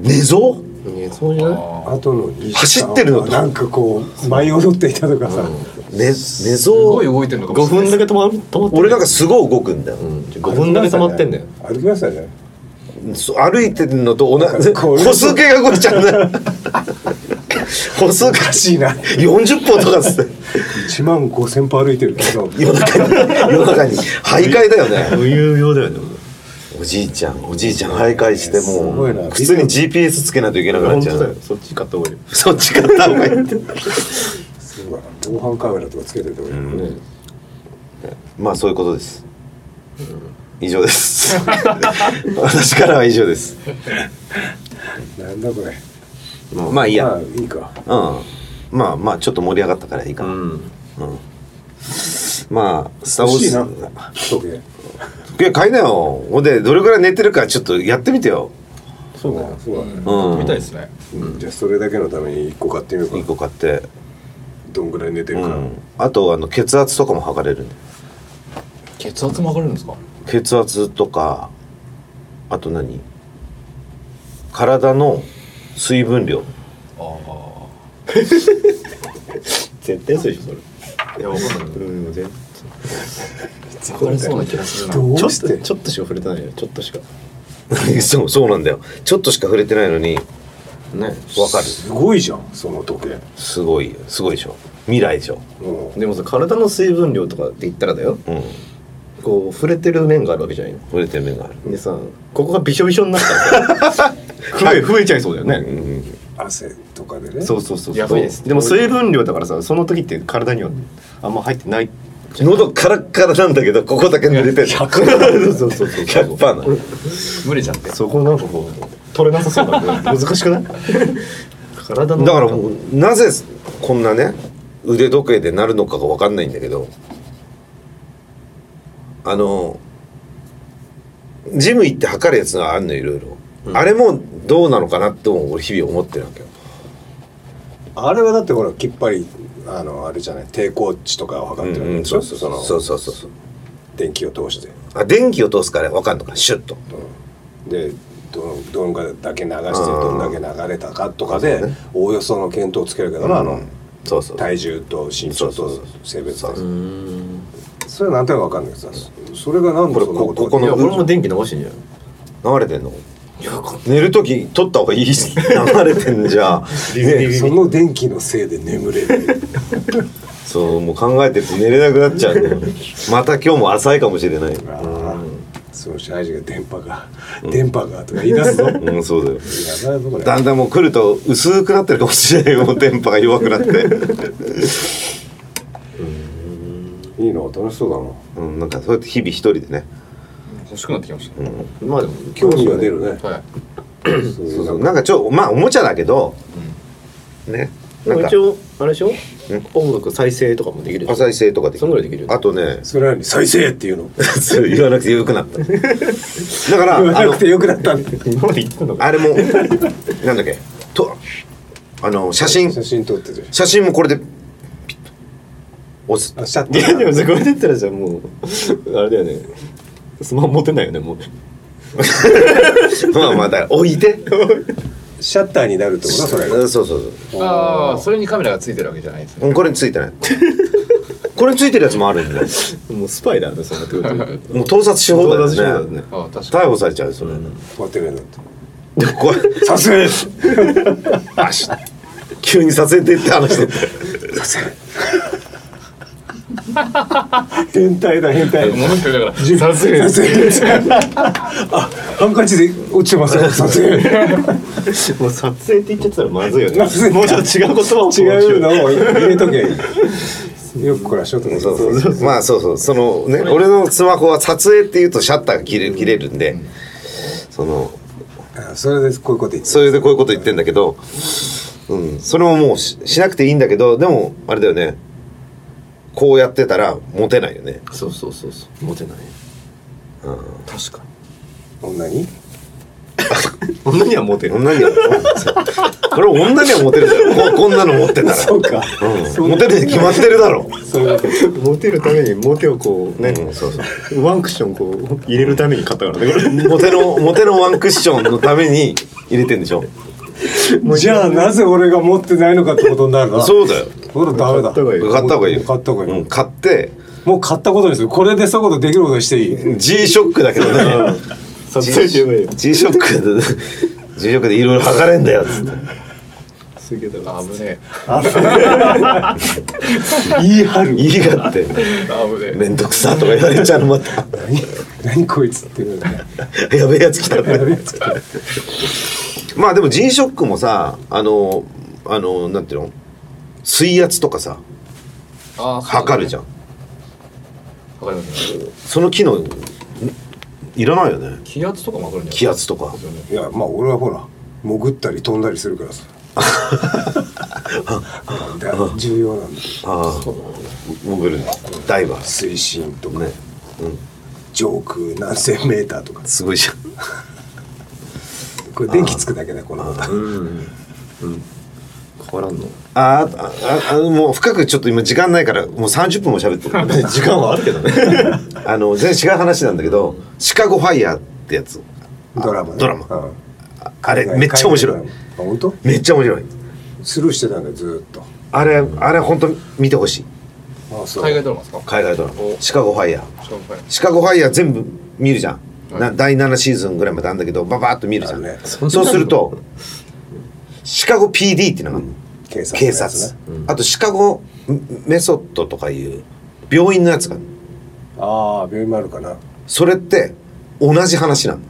Speaker 1: うん、寝相
Speaker 5: 寝そうじゃない
Speaker 2: あ
Speaker 3: あとの2時間
Speaker 1: 走ってるのと
Speaker 3: なんかこう舞い踊っていたとかさ、
Speaker 1: 寝寝
Speaker 2: すごい
Speaker 1: 相
Speaker 2: 動いてるのかも
Speaker 5: 5
Speaker 2: しれな
Speaker 5: 分
Speaker 2: いです
Speaker 5: だけ止まる止まって
Speaker 1: 俺なん
Speaker 5: か
Speaker 1: かすごい動くんだよ、
Speaker 5: 5分だけ止まってんだよ
Speaker 3: 歩きましたね
Speaker 1: そう歩いてるのと同じ
Speaker 3: なんかこう
Speaker 1: 歩数計が動いちゃうんだよ歩数
Speaker 3: お
Speaker 1: 計
Speaker 3: かしいな
Speaker 1: 40歩とかっつって
Speaker 3: 1万5000歩歩いてるけど
Speaker 1: 夜中に夜中に徘徊だよね
Speaker 5: 無遊病だよね
Speaker 1: おじいちゃんおじいちゃん徘徊して
Speaker 3: す
Speaker 1: も
Speaker 3: ごいな
Speaker 1: う普通に GPS つけないといけなくなっ
Speaker 5: 本
Speaker 1: ちゃ
Speaker 5: 当
Speaker 1: う
Speaker 5: だ
Speaker 1: の
Speaker 5: よそっち買った方がいいよ
Speaker 1: そっち買った方がいいって
Speaker 3: そうだな防犯カメラとかつけてるとか、
Speaker 1: まあそういうことです以上です私からは以上です
Speaker 3: なんだこれ
Speaker 1: まあいい
Speaker 3: ま
Speaker 1: や
Speaker 3: あいいか
Speaker 1: うんまあまあちょっと盛り上がったからいいかな
Speaker 5: うん
Speaker 1: まあ「スター・ウ
Speaker 3: 欲しいな
Speaker 1: ォーズ
Speaker 3: 時計」
Speaker 1: いや買いなよほんでどれぐらい寝てるかちょっとやってみてよ
Speaker 3: そうだねそうだね、
Speaker 1: うん
Speaker 2: みたいですね。
Speaker 3: じゃあそれだけのために1個買ってみようか
Speaker 1: 1個買って
Speaker 3: どんぐらい寝てる
Speaker 1: う
Speaker 3: か、
Speaker 1: んあとあの血圧とかも測れるんで
Speaker 2: 血圧も上がるんですか。
Speaker 1: 血圧とかあと何体の水分量
Speaker 2: ああ。
Speaker 5: 絶対そうでしょそれ
Speaker 2: いや、わかんない。
Speaker 5: うん絶
Speaker 2: 上がりそうな気がするな。
Speaker 3: どう
Speaker 5: 対ちょ
Speaker 3: し
Speaker 5: っと
Speaker 3: て
Speaker 5: ちょっとしか触れてないよちょっとしか
Speaker 1: そうそうなんだよちょっとしか触れてないのに
Speaker 5: ね
Speaker 1: わかる
Speaker 3: すごいじゃんその時計
Speaker 1: すごいよすごいでしょ未来でしょ
Speaker 3: も
Speaker 5: でもさ体の水分量とかって言ったらだよ
Speaker 1: うん
Speaker 5: こう触れてる面があるわけじゃないの
Speaker 1: 触れてる面がある
Speaker 5: でさここがびしょびしょになったらさ 増え増えちゃいそうだよね、
Speaker 3: う汗とかでね
Speaker 5: そうそうそうそう
Speaker 2: やばいです
Speaker 5: でも水分量だからさその時って体にはあんま入ってない
Speaker 1: 喉カラッカラなんだけどここだけ濡れてる
Speaker 5: そうそうそうそう
Speaker 1: 100%パーな
Speaker 2: 蒸れちゃって。
Speaker 5: そこなんかこう取れなさそうだけど難しく ない体の
Speaker 1: だからもうなぜこんなね腕時計でなるのかがわかんないんだけどあのジム行って測るやつがあるのいろいろ、あれもどうなのかなって俺日々思ってるわけよ
Speaker 3: あれはだってほらきっぱりあのあれじゃない抵抗値とかを測ってるわけでし
Speaker 1: そ
Speaker 3: ょ
Speaker 1: うそうそう
Speaker 3: の
Speaker 1: そうそうそう
Speaker 3: 電気を通して
Speaker 1: あ電気を通すからわかんのかなシュッと、
Speaker 3: でどのどんがだけ流してどんだけ流れたかとかでおおよその見当をつけるけどなあの
Speaker 1: そうそう
Speaker 3: 体重と身長
Speaker 1: そうそう
Speaker 3: と性別と
Speaker 1: そう
Speaker 3: それはなんとなくわかんないけどさそれがなんで
Speaker 1: これ
Speaker 3: そんなこと
Speaker 1: ここ
Speaker 4: いや
Speaker 1: の
Speaker 4: 俺も電気流してんじゃん
Speaker 1: 流れてんの寝る時取った方がいいし流れてんじゃんね
Speaker 3: その電気のせいで眠れる
Speaker 1: そうもう考えてると寝れなくなっちゃうんだよまた今日も浅いかもしれない
Speaker 3: ああその社会人が電波が電波がとか言い出 すぞや
Speaker 1: うんそうだよ
Speaker 3: ばいぞこれ
Speaker 1: だんだんもう来ると薄くなってるかもしれないよもう電波が弱くなって、
Speaker 3: いいの楽しそうだな
Speaker 1: うん、なんかそうやって日々一人でね
Speaker 2: 欲しくなってきました、
Speaker 4: まあでも
Speaker 3: 興味が出るね
Speaker 2: はい
Speaker 3: そうい
Speaker 1: そう
Speaker 3: う
Speaker 1: そ
Speaker 3: な
Speaker 1: うん
Speaker 3: か
Speaker 1: なんかちょまあおもちゃだけど、ねなんか
Speaker 4: 一応あれでしょ音楽再生とかもできるでしょ
Speaker 1: 再生とかでき
Speaker 4: そんぐらいできるよ
Speaker 1: あとね
Speaker 3: それなのに再生っていうの
Speaker 1: そう言わなくてよくなっただから
Speaker 3: 言わ
Speaker 1: あ
Speaker 3: な
Speaker 1: の
Speaker 3: くてよくなったんだ
Speaker 4: 今まで言ってんのか
Speaker 1: あれもなんだっけとあの写真
Speaker 3: 写真撮ってる
Speaker 1: 写真もこれでピッと押す
Speaker 3: あシャッ
Speaker 4: いやで
Speaker 3: タ
Speaker 4: もそこまで言ったらじゃあもうあれだよねスマホ持てないよねもう
Speaker 1: まあまあだから置いて
Speaker 3: ーシャッターになるってことそれ
Speaker 1: そうそうそう
Speaker 2: ああそれにカメラがついてるわけじゃないですね
Speaker 1: うんこれについてないこれについてるやつもあるんで
Speaker 4: もうスパイだねそんなってこと言うと
Speaker 1: もう盗撮し放題
Speaker 4: 盗撮し
Speaker 1: だ
Speaker 4: 放題
Speaker 1: よ
Speaker 4: だ
Speaker 1: ね
Speaker 4: ね
Speaker 2: ああ確かに
Speaker 1: 逮捕されちゃうよそれ、
Speaker 3: こうやってるんだって
Speaker 1: でもこれ
Speaker 3: さすがです
Speaker 1: あし 急に撮影ってって話して
Speaker 3: 変態だ変態
Speaker 2: 物ってだからさすがに
Speaker 3: 撮影あハンカチで落ちてますよ撮影
Speaker 4: もう撮影って言っちゃったらまずいよね
Speaker 3: まずい
Speaker 4: もうちょっと違う言葉を
Speaker 3: 違 うのを入れとけよくこれはショートの
Speaker 1: そうそうそうまあそうそうそのね俺のスマホは撮影っていうとシャッターが切れ切れるんで、その
Speaker 3: あそれでこういうこと言って
Speaker 1: それでこういうこと言ってんだけど、うん、それももうししなくていいんだけどでもあれだよねこうやってたらモテないよね
Speaker 4: そうそうそうそう持てない確か
Speaker 3: 女に
Speaker 4: に女にはモ テる
Speaker 1: 女には これ女にはモテるだろここんなの持ってたら
Speaker 3: そうか
Speaker 1: うん、モテるに決まってるだろ
Speaker 3: そういうこと
Speaker 4: モテるためにモテをこうね、
Speaker 1: うんそうそう
Speaker 4: ワンクッションこう入れるために買ったからねこ れ
Speaker 1: モテのモテのワンクッションのために入れてんでしょ
Speaker 3: じゃあなぜ俺が持ってないのかってことになるなう
Speaker 1: そうだよ
Speaker 3: これダメだ
Speaker 4: 買った方がいい
Speaker 1: 買った方がいいよ
Speaker 3: 買った方がいい
Speaker 1: うん、買って
Speaker 3: もう買ったことにするこれでそういうことできることにしていい
Speaker 1: G ショックだけどね
Speaker 4: 撮影って言えばいいよ
Speaker 1: G ショックで G ショックでいろいろ測れんだよっつって
Speaker 4: すげえだ
Speaker 2: あ危ね
Speaker 3: 言い張る
Speaker 1: 言いがって
Speaker 2: え危ねえ
Speaker 1: 面倒くさとか言われちゃうのまた
Speaker 3: 何こいつっていう
Speaker 1: やべえやつ来たって
Speaker 3: やべえや つ来
Speaker 1: まあでも G ショックもさあのあのなんていうの水圧とかさ
Speaker 2: あ
Speaker 1: 測るじゃ
Speaker 2: ん
Speaker 1: ん
Speaker 2: 測りますね
Speaker 1: その機能んいらないよね
Speaker 2: 気圧とかも測るんじ
Speaker 1: 気
Speaker 2: ゃない
Speaker 1: 圧とか
Speaker 2: ですよね
Speaker 3: いやまあ俺はほら潜ったり飛んだりするから さなんだ重要なんだ
Speaker 1: ああ潜るダイバー
Speaker 3: 水深とか
Speaker 1: ね
Speaker 3: 上空何千メーターとか
Speaker 1: すごいじゃん
Speaker 3: これ電気つくだけだよこのボタン
Speaker 4: 変わらんの
Speaker 1: あーあああのもう深くちょっと今時間ないからもう30分も喋ってる
Speaker 4: 時間はあるけどね
Speaker 1: あの全然違う話なんだけど「シカゴファイヤー」ってやつ
Speaker 3: ドラマね
Speaker 1: ドラマ
Speaker 3: うん
Speaker 1: ああれめっちゃ面白い
Speaker 3: 海外ドラマあ本当
Speaker 1: めっちゃ面白い
Speaker 3: スルーしてたんだよずーっと
Speaker 1: あれあれ本当見てほしい
Speaker 3: ああそ
Speaker 2: 海外
Speaker 3: う
Speaker 2: ドラマですか
Speaker 1: 海外ドラマ
Speaker 2: お
Speaker 1: 「シカゴファイヤー」
Speaker 2: しかもはい
Speaker 1: シカゴファイヤー全部見るじゃん、
Speaker 2: はい
Speaker 1: な第7シーズンぐらいまであるんだけどババーっと見るじゃん、
Speaker 3: あるね
Speaker 1: そうするとシカゴ PD っていうのがあるの
Speaker 3: 警察の
Speaker 1: 警
Speaker 3: や
Speaker 1: 察、
Speaker 3: つね
Speaker 1: あとシカゴメソッドとかいう病院のやつがあるの
Speaker 3: ああ病院もあるかな
Speaker 1: それって同じ話なの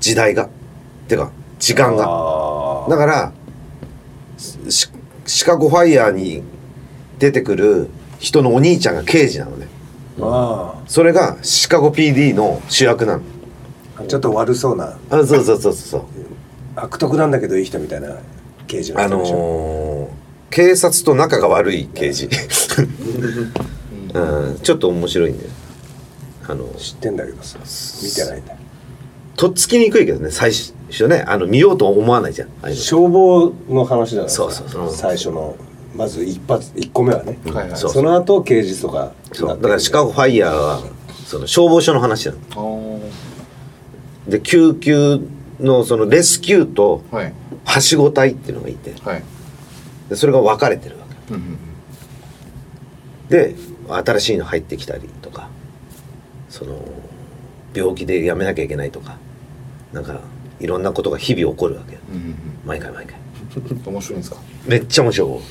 Speaker 1: 時代がてか時間が
Speaker 3: あ
Speaker 1: だからシシカゴファイヤーに出てくる人のお兄ちゃんが刑事なのね
Speaker 3: ああ
Speaker 1: それがシカゴ PD の主役なの
Speaker 3: あちょっと悪そうな
Speaker 1: あそうそうそうそうそう
Speaker 3: 悪徳なんだけどいい人みたいな刑事の
Speaker 1: あ
Speaker 3: 人でしょ
Speaker 1: のー警察と仲が悪い刑事、 うん、ちょっと面白いんだよあの
Speaker 3: 知ってんだけどさ見てないんだよ
Speaker 1: とっつきにくいけどね最初ねあの見ようと思わないじゃんああいうの
Speaker 3: 消防の話だから
Speaker 1: そうそうそう
Speaker 3: 最初のまず一発一個目はね、
Speaker 2: はいはい
Speaker 1: そう
Speaker 3: その後刑事とか
Speaker 1: そうだからシカゴファイヤーはその消防署の話なの
Speaker 2: あー
Speaker 1: で救急のそのレスキューと
Speaker 2: はい
Speaker 1: はしご隊っていうのがいて
Speaker 2: はい
Speaker 1: でそれが分かれてるわ
Speaker 2: うんうん
Speaker 1: けで新しいの入ってきたりとかその病気でやめなきゃいけないとかなんかいろんなことが日々起こるわけ
Speaker 2: うん
Speaker 1: 毎回毎回
Speaker 2: うんうん面白いんですか
Speaker 1: めっちゃ面白い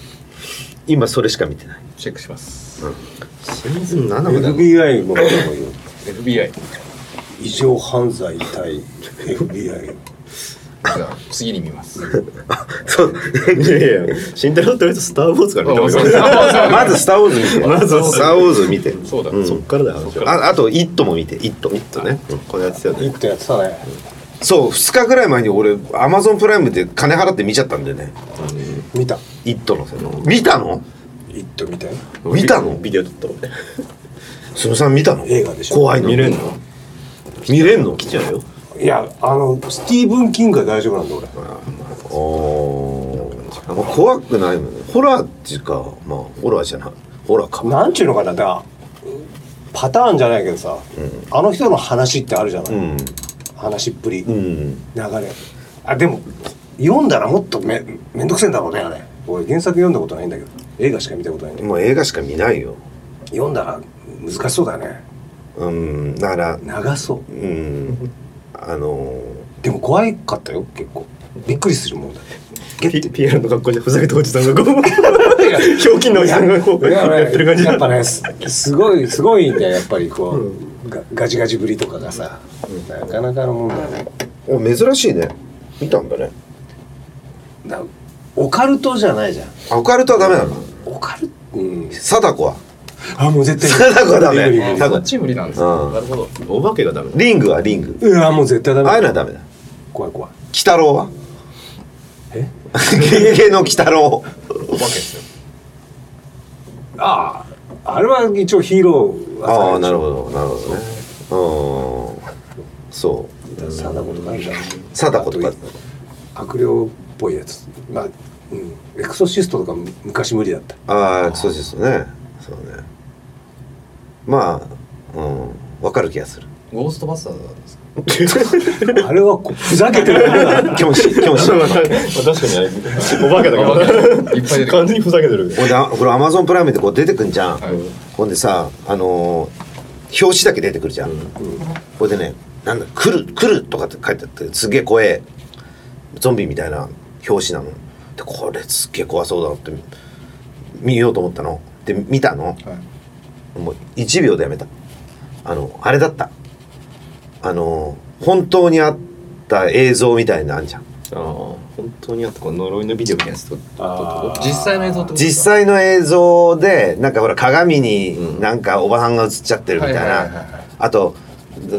Speaker 1: 今それしか見てない
Speaker 2: チェックします
Speaker 4: シーズン7まである
Speaker 3: FBI も
Speaker 2: FBI
Speaker 3: 異常犯罪対 FBI
Speaker 2: じゃあ次に見ます
Speaker 1: そう
Speaker 4: いやいや、慎太郎とりあえずスター・ウォーズから見てます
Speaker 2: そうそう
Speaker 1: まず「スター・ウォーズ」見て
Speaker 4: まず
Speaker 1: スター・ウォーズ」見て
Speaker 2: そうだ
Speaker 1: うん
Speaker 4: そっからだよ話は。
Speaker 1: ああと「イット!」も見て「イット!」
Speaker 4: ミットね、これやってたよ
Speaker 3: いい
Speaker 4: ね。
Speaker 3: ことやってたね
Speaker 1: そう2日ぐらい前に俺アマゾンプライムで金払って見ちゃったんでね
Speaker 3: 見た
Speaker 1: 「イット!」のその見たの
Speaker 3: 「イット!」みたいな
Speaker 1: 見たの
Speaker 4: ビデオ撮ったもんね。
Speaker 1: すみさん見たの
Speaker 3: 映画でしょ
Speaker 1: 怖いの
Speaker 4: 見れんの
Speaker 1: 見れんの
Speaker 4: 来ちゃうよ。
Speaker 3: いやあのスティーブン・キングは大丈夫なんだ俺
Speaker 1: おーまあ怖くないもんねホラーっていうかまあホラーじゃないホラーか
Speaker 3: なんちゅうのかなだからパターンじゃないけどさ、あの人の話ってあるじゃない、
Speaker 1: うん
Speaker 3: 話っぷり、
Speaker 1: う
Speaker 3: 流
Speaker 1: ん
Speaker 3: れあでも読んだらもっとめめんどくせえんだろうねあれ俺原作読んだことないんだけど映画しか見たことないんだけど
Speaker 1: もう映画しか見ないよ
Speaker 3: 読んだら難しそうだね
Speaker 1: うんだから
Speaker 3: 長そう
Speaker 1: うんあのー
Speaker 3: でも怖いかったよ結構びっくりするもんだ
Speaker 4: ピピエロの格好でふざけたおじさんがこう、ひょうきんなおじさんがこう、やってる感じ
Speaker 3: や
Speaker 4: だ
Speaker 3: っ
Speaker 4: った
Speaker 3: ぱ
Speaker 4: ね。
Speaker 3: ねすすごいすごいんだよやっぱりこう、がガチガチぶりとかがさ、なかなかのもんだよね
Speaker 1: お珍しいね見たんだね
Speaker 3: だオカルトじゃないじゃん
Speaker 1: あオカルトはダメなの
Speaker 3: オカルトうん
Speaker 1: 貞子は
Speaker 3: あもう絶対
Speaker 1: 貞子はダメ
Speaker 3: 無理無理無理
Speaker 1: 多
Speaker 2: こ
Speaker 1: 分
Speaker 2: っち無理なんです
Speaker 1: うん
Speaker 2: ねなるほど
Speaker 4: お化けがダメだ。
Speaker 1: リングはリング
Speaker 3: うわもう絶対ダメ
Speaker 1: ああいうの
Speaker 3: だ
Speaker 1: はダメだ
Speaker 3: 怖い怖い
Speaker 1: 鬼太郎は
Speaker 3: え
Speaker 1: ゲゲゲの鬼太郎
Speaker 2: お化けですよ
Speaker 3: あああれは一応ヒーロー
Speaker 1: ああなる
Speaker 3: ほ
Speaker 1: ほどなるほどねうんそう
Speaker 3: ど貞子とかあるじゃん
Speaker 1: 貞子とか
Speaker 3: 悪霊っぽいやつまあうんエクソシストとかむ昔無理だった
Speaker 1: ああそうですねそうねまあうんわかる気がする
Speaker 2: ゴーストバスターズなんですか
Speaker 3: あれはこうふざけてるだけだ
Speaker 1: 気持ちいい気持ちいい
Speaker 4: まあ確かにあれ、お化けだ
Speaker 2: お化け
Speaker 4: け
Speaker 2: いっぱい出てく
Speaker 4: ど、
Speaker 2: る
Speaker 4: 完全にふざけてる。
Speaker 1: ほんであこれアマゾンプライムでこう出てくんじゃん、
Speaker 2: はい
Speaker 1: ほんでさあのー表紙だけ出てくるじゃん、これでね「なんだ来る来る」とかって書いてあってすげえ怖えゾンビみたいな表紙なのでこれすっげえ怖そうだなって見ようと思ったので見たの、
Speaker 2: はい
Speaker 1: もう1秒でやめたあのあれだったあのー本当にあった映像みたいなのあんじゃん
Speaker 4: ああ、本当にあったこの呪いのビデオみたいなやつと
Speaker 3: あ
Speaker 2: 実際の映像ってことです
Speaker 1: 実
Speaker 2: か
Speaker 1: 際の映像でなんかほら鏡になんかおばはんが映っちゃってるみたい
Speaker 2: はいはいはい
Speaker 1: な
Speaker 2: はい
Speaker 1: あと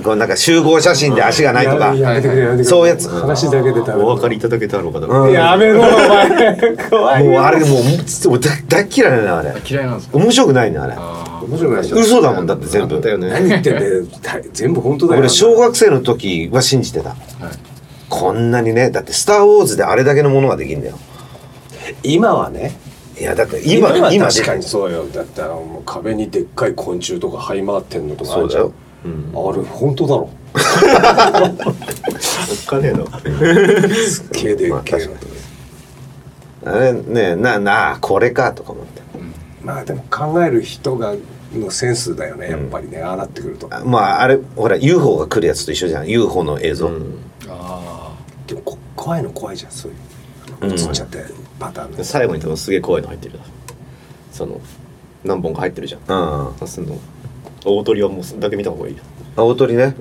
Speaker 1: こうなんか集合写真で足がないとか
Speaker 3: ややめてくれやめてくれ
Speaker 1: そういうやつ
Speaker 3: 話だけでダメ
Speaker 4: お分かりいただけたのか
Speaker 1: う
Speaker 4: なん
Speaker 3: やめろお前怖いよ
Speaker 1: もうあれもうもうだ大っ嫌いなのあれ
Speaker 2: 嫌いなんですか
Speaker 1: 面白くないのあれ
Speaker 2: あ
Speaker 3: 面白くないでしょ
Speaker 1: 嘘だもんだって全
Speaker 4: あったよ
Speaker 1: 部
Speaker 4: ね
Speaker 3: 何言ってんだよだ全部本当だよ
Speaker 1: 俺小学生の時は信じてた
Speaker 2: あはい
Speaker 1: こんなにねだって「スター・ウォーズ」であれだけのものができるんだよ
Speaker 3: 今はね
Speaker 1: いやだって今今
Speaker 3: は
Speaker 1: で
Speaker 3: 確かにそうよだってあのもう壁にでっかい昆虫とか這い回ってんのとかあ
Speaker 1: そ
Speaker 3: る
Speaker 1: う
Speaker 3: じ
Speaker 1: だ
Speaker 3: ゃん
Speaker 1: よ
Speaker 3: あれ本当だろ
Speaker 4: おっかねえな。
Speaker 3: すっげえで
Speaker 1: まあ
Speaker 3: っけえ
Speaker 1: 確
Speaker 3: の
Speaker 1: かにあれねななあこれかとか思って
Speaker 3: まあでも考える人がのセンスだよねやっぱりね、ああなってくると
Speaker 1: あまああれほら UFO が来るやつと一緒じゃん UFO の映像、
Speaker 2: あ
Speaker 3: でもこ怖いの怖いじゃんそうい
Speaker 1: う
Speaker 3: う
Speaker 1: ん
Speaker 3: 映っちゃってパターンのやつ
Speaker 4: 最後に多分すげえ怖いの入ってるなその何本か入ってるじゃん
Speaker 1: うんうん、
Speaker 4: その大鳥はもうそんだけ見た方がいいよ
Speaker 1: 大鳥ね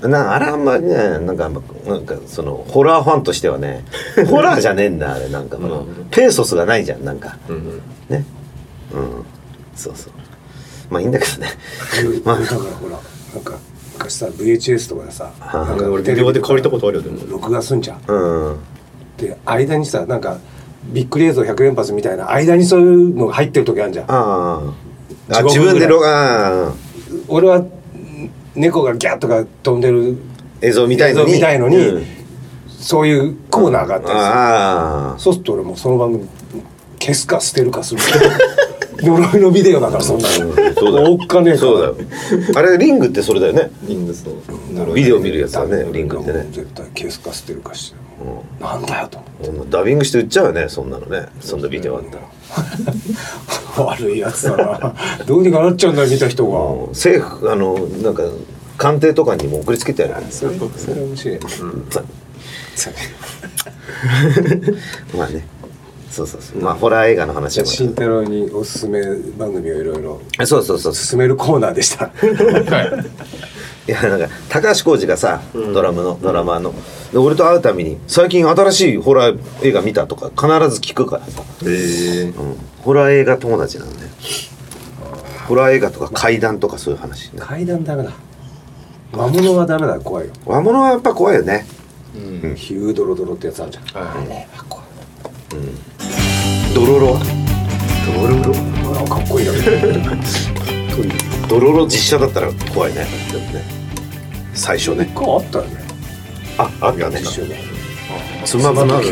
Speaker 4: う、ん
Speaker 1: なあれあんまりねなんかあんまなんかそのホラーファンとしては ねホラーじゃねえんだあれなんかこの、
Speaker 4: うん
Speaker 1: ペーソスがないじゃんなんか
Speaker 4: うんうん
Speaker 1: ねうんそうそうまあいいんだけどねまあ
Speaker 3: だからほらなんか昔さ VHS とかでさ
Speaker 1: はい
Speaker 3: なんか
Speaker 4: 俺ビデオで借りたことあるよでも
Speaker 3: 録画すんじゃん
Speaker 1: うん
Speaker 3: で間にさなんかびっくり映像100連発みたいな間にそういうのが入ってる時あるじゃん
Speaker 1: あああ
Speaker 3: 地
Speaker 1: 自
Speaker 3: 獄
Speaker 1: 分でロガー
Speaker 3: 俺はん猫がギャッとか飛んでる
Speaker 1: 映像見たいのに
Speaker 3: 映像見たいのに
Speaker 1: うん
Speaker 3: そういうコーナーがあったりする
Speaker 1: ああ
Speaker 3: そうすると俺もうその番組消すか捨てるかする 呪いのビデオだからそんなの
Speaker 1: そうだよ
Speaker 3: おっかねえから
Speaker 1: そうだよあれリングってそれだよね
Speaker 5: リングスと
Speaker 1: ビデオ見るやつだねリングって
Speaker 3: もう
Speaker 1: ね
Speaker 3: 絶対ケースか捨てるかしてなんだよと思って
Speaker 1: ダビングして売っちゃうよねそんなのねそんなビデオあったら
Speaker 3: 悪いやつだなどうにかなっちゃうんだよ見た人が
Speaker 1: もう政府あのなんか官邸とかにも送りつけてやる
Speaker 3: それそれ面白いね
Speaker 1: まあねそうそうそうまあホラー映画の話
Speaker 3: じゃ
Speaker 1: も
Speaker 3: あ慎太郎におすすめ番組をいろいろ
Speaker 1: そうそうそう
Speaker 3: 勧めるコーナー でした
Speaker 1: いやなんか高橋浩二がさドラムの、ドラマーので俺と会うたびに最近新しいホラー映画見たとか必ず聞くからさ、
Speaker 5: え
Speaker 1: うん、ホラー映画友達なんでホラー映画とか怪談とかそういう話ね
Speaker 3: 階段ダメだ魔物はダメだ怖いよ
Speaker 1: 和物はやっぱ怖いよね
Speaker 2: うん
Speaker 3: ヒュードロドロってやつあるじゃん
Speaker 2: はい
Speaker 1: ドロロはドロロ
Speaker 3: あかっこいいな
Speaker 1: ドロロ実写だったら怖いねでもね最初ね
Speaker 3: 一回あったよね
Speaker 1: ああったね
Speaker 3: 一緒に
Speaker 1: つまばなる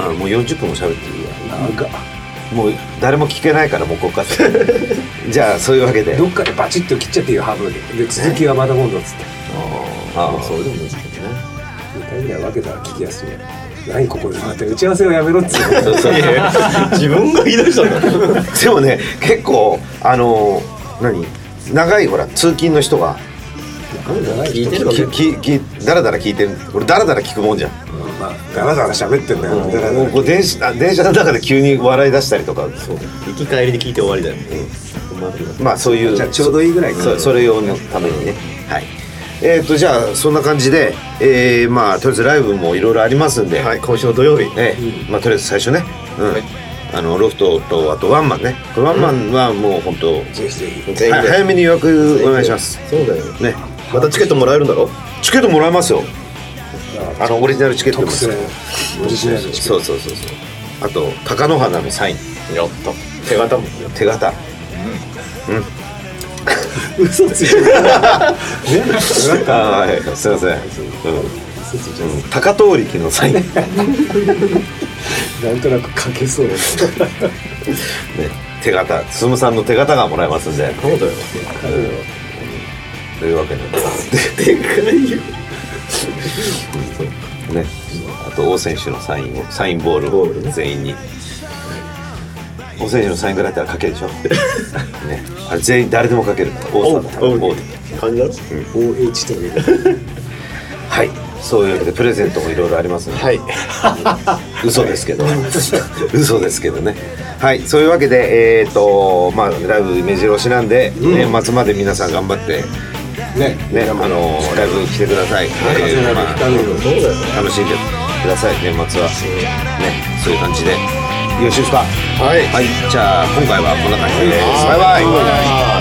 Speaker 1: あもう40分も喋ってるわ
Speaker 3: なんか
Speaker 1: もう誰も聞けないからもうここからじゃあそういうわけで
Speaker 3: どっかでバチッと切っちゃっていいよハブでで続きはまた今度っつって
Speaker 1: ああ
Speaker 5: それでもいいですけどね
Speaker 3: みたいなわけだら聞きやすいね何ここで待って打ち合わせはやめろっつって
Speaker 1: そうそう
Speaker 4: 自分が言い出したんだ
Speaker 1: でもね結構あの何長いほら通勤の人が
Speaker 3: 聞
Speaker 5: いてる
Speaker 1: きききだらだら聞いてる俺だらだら聞くもんじゃん
Speaker 3: まあガラガラ喋ってんだよだから
Speaker 1: もうこう電車あ電車の中で急に笑い出したりとか
Speaker 4: 行き帰りで聞いて終わりだよ
Speaker 1: まあそういう
Speaker 3: じゃあちょうどいいぐらいか
Speaker 1: そそれ用のためにねはいえー、とじゃあそんな感じで、えー、まあとりあえずライブもいろいろありますんで、
Speaker 4: はい今週の土曜日
Speaker 1: ええまあとりあえず最初ね、うんあのロフトとあとワンマンねこれワンマンはもう本当、
Speaker 3: ぜひぜひ
Speaker 1: はい早めに予約お願いします
Speaker 4: そうだよ
Speaker 1: ね
Speaker 4: またチケットもらえるんだろ
Speaker 1: チケットもらえますよあのオリジナルチケットも
Speaker 3: 特製オリジナルチ
Speaker 1: そうそうそうそうあと貴乃花のサイン
Speaker 4: やった手形も
Speaker 1: 手形
Speaker 3: 嘘ついてるねなんか
Speaker 1: あはいすいません、うんうん、高遠力のサインね
Speaker 3: なんとなくかけそうだな
Speaker 1: 手形進さんの手形がもらえますんで
Speaker 4: そうだよ
Speaker 1: というわけで
Speaker 4: でかいよ
Speaker 1: ねあと王選手のサインをサインボールを全員に王選手のサインぐらいだったら書け るでしょねあれ全員誰でも書ける王さんだったら王で
Speaker 4: 感じだろ
Speaker 3: OH という
Speaker 1: はいそういうわけでプレゼントもいろいろありますので
Speaker 4: はい
Speaker 1: 嘘ですけど 嘘ですけどねはいそういうわけでえっ、とまあライブ目白押しなんで、年末まで皆さん頑張って
Speaker 3: ね
Speaker 1: ねあのーライブ来てください、えーまあ
Speaker 4: そうだよ
Speaker 1: 楽しんでください年末はねそういう感じでよろしいですか
Speaker 4: はい
Speaker 1: はいじゃあ今回はこんな感じでバイバイ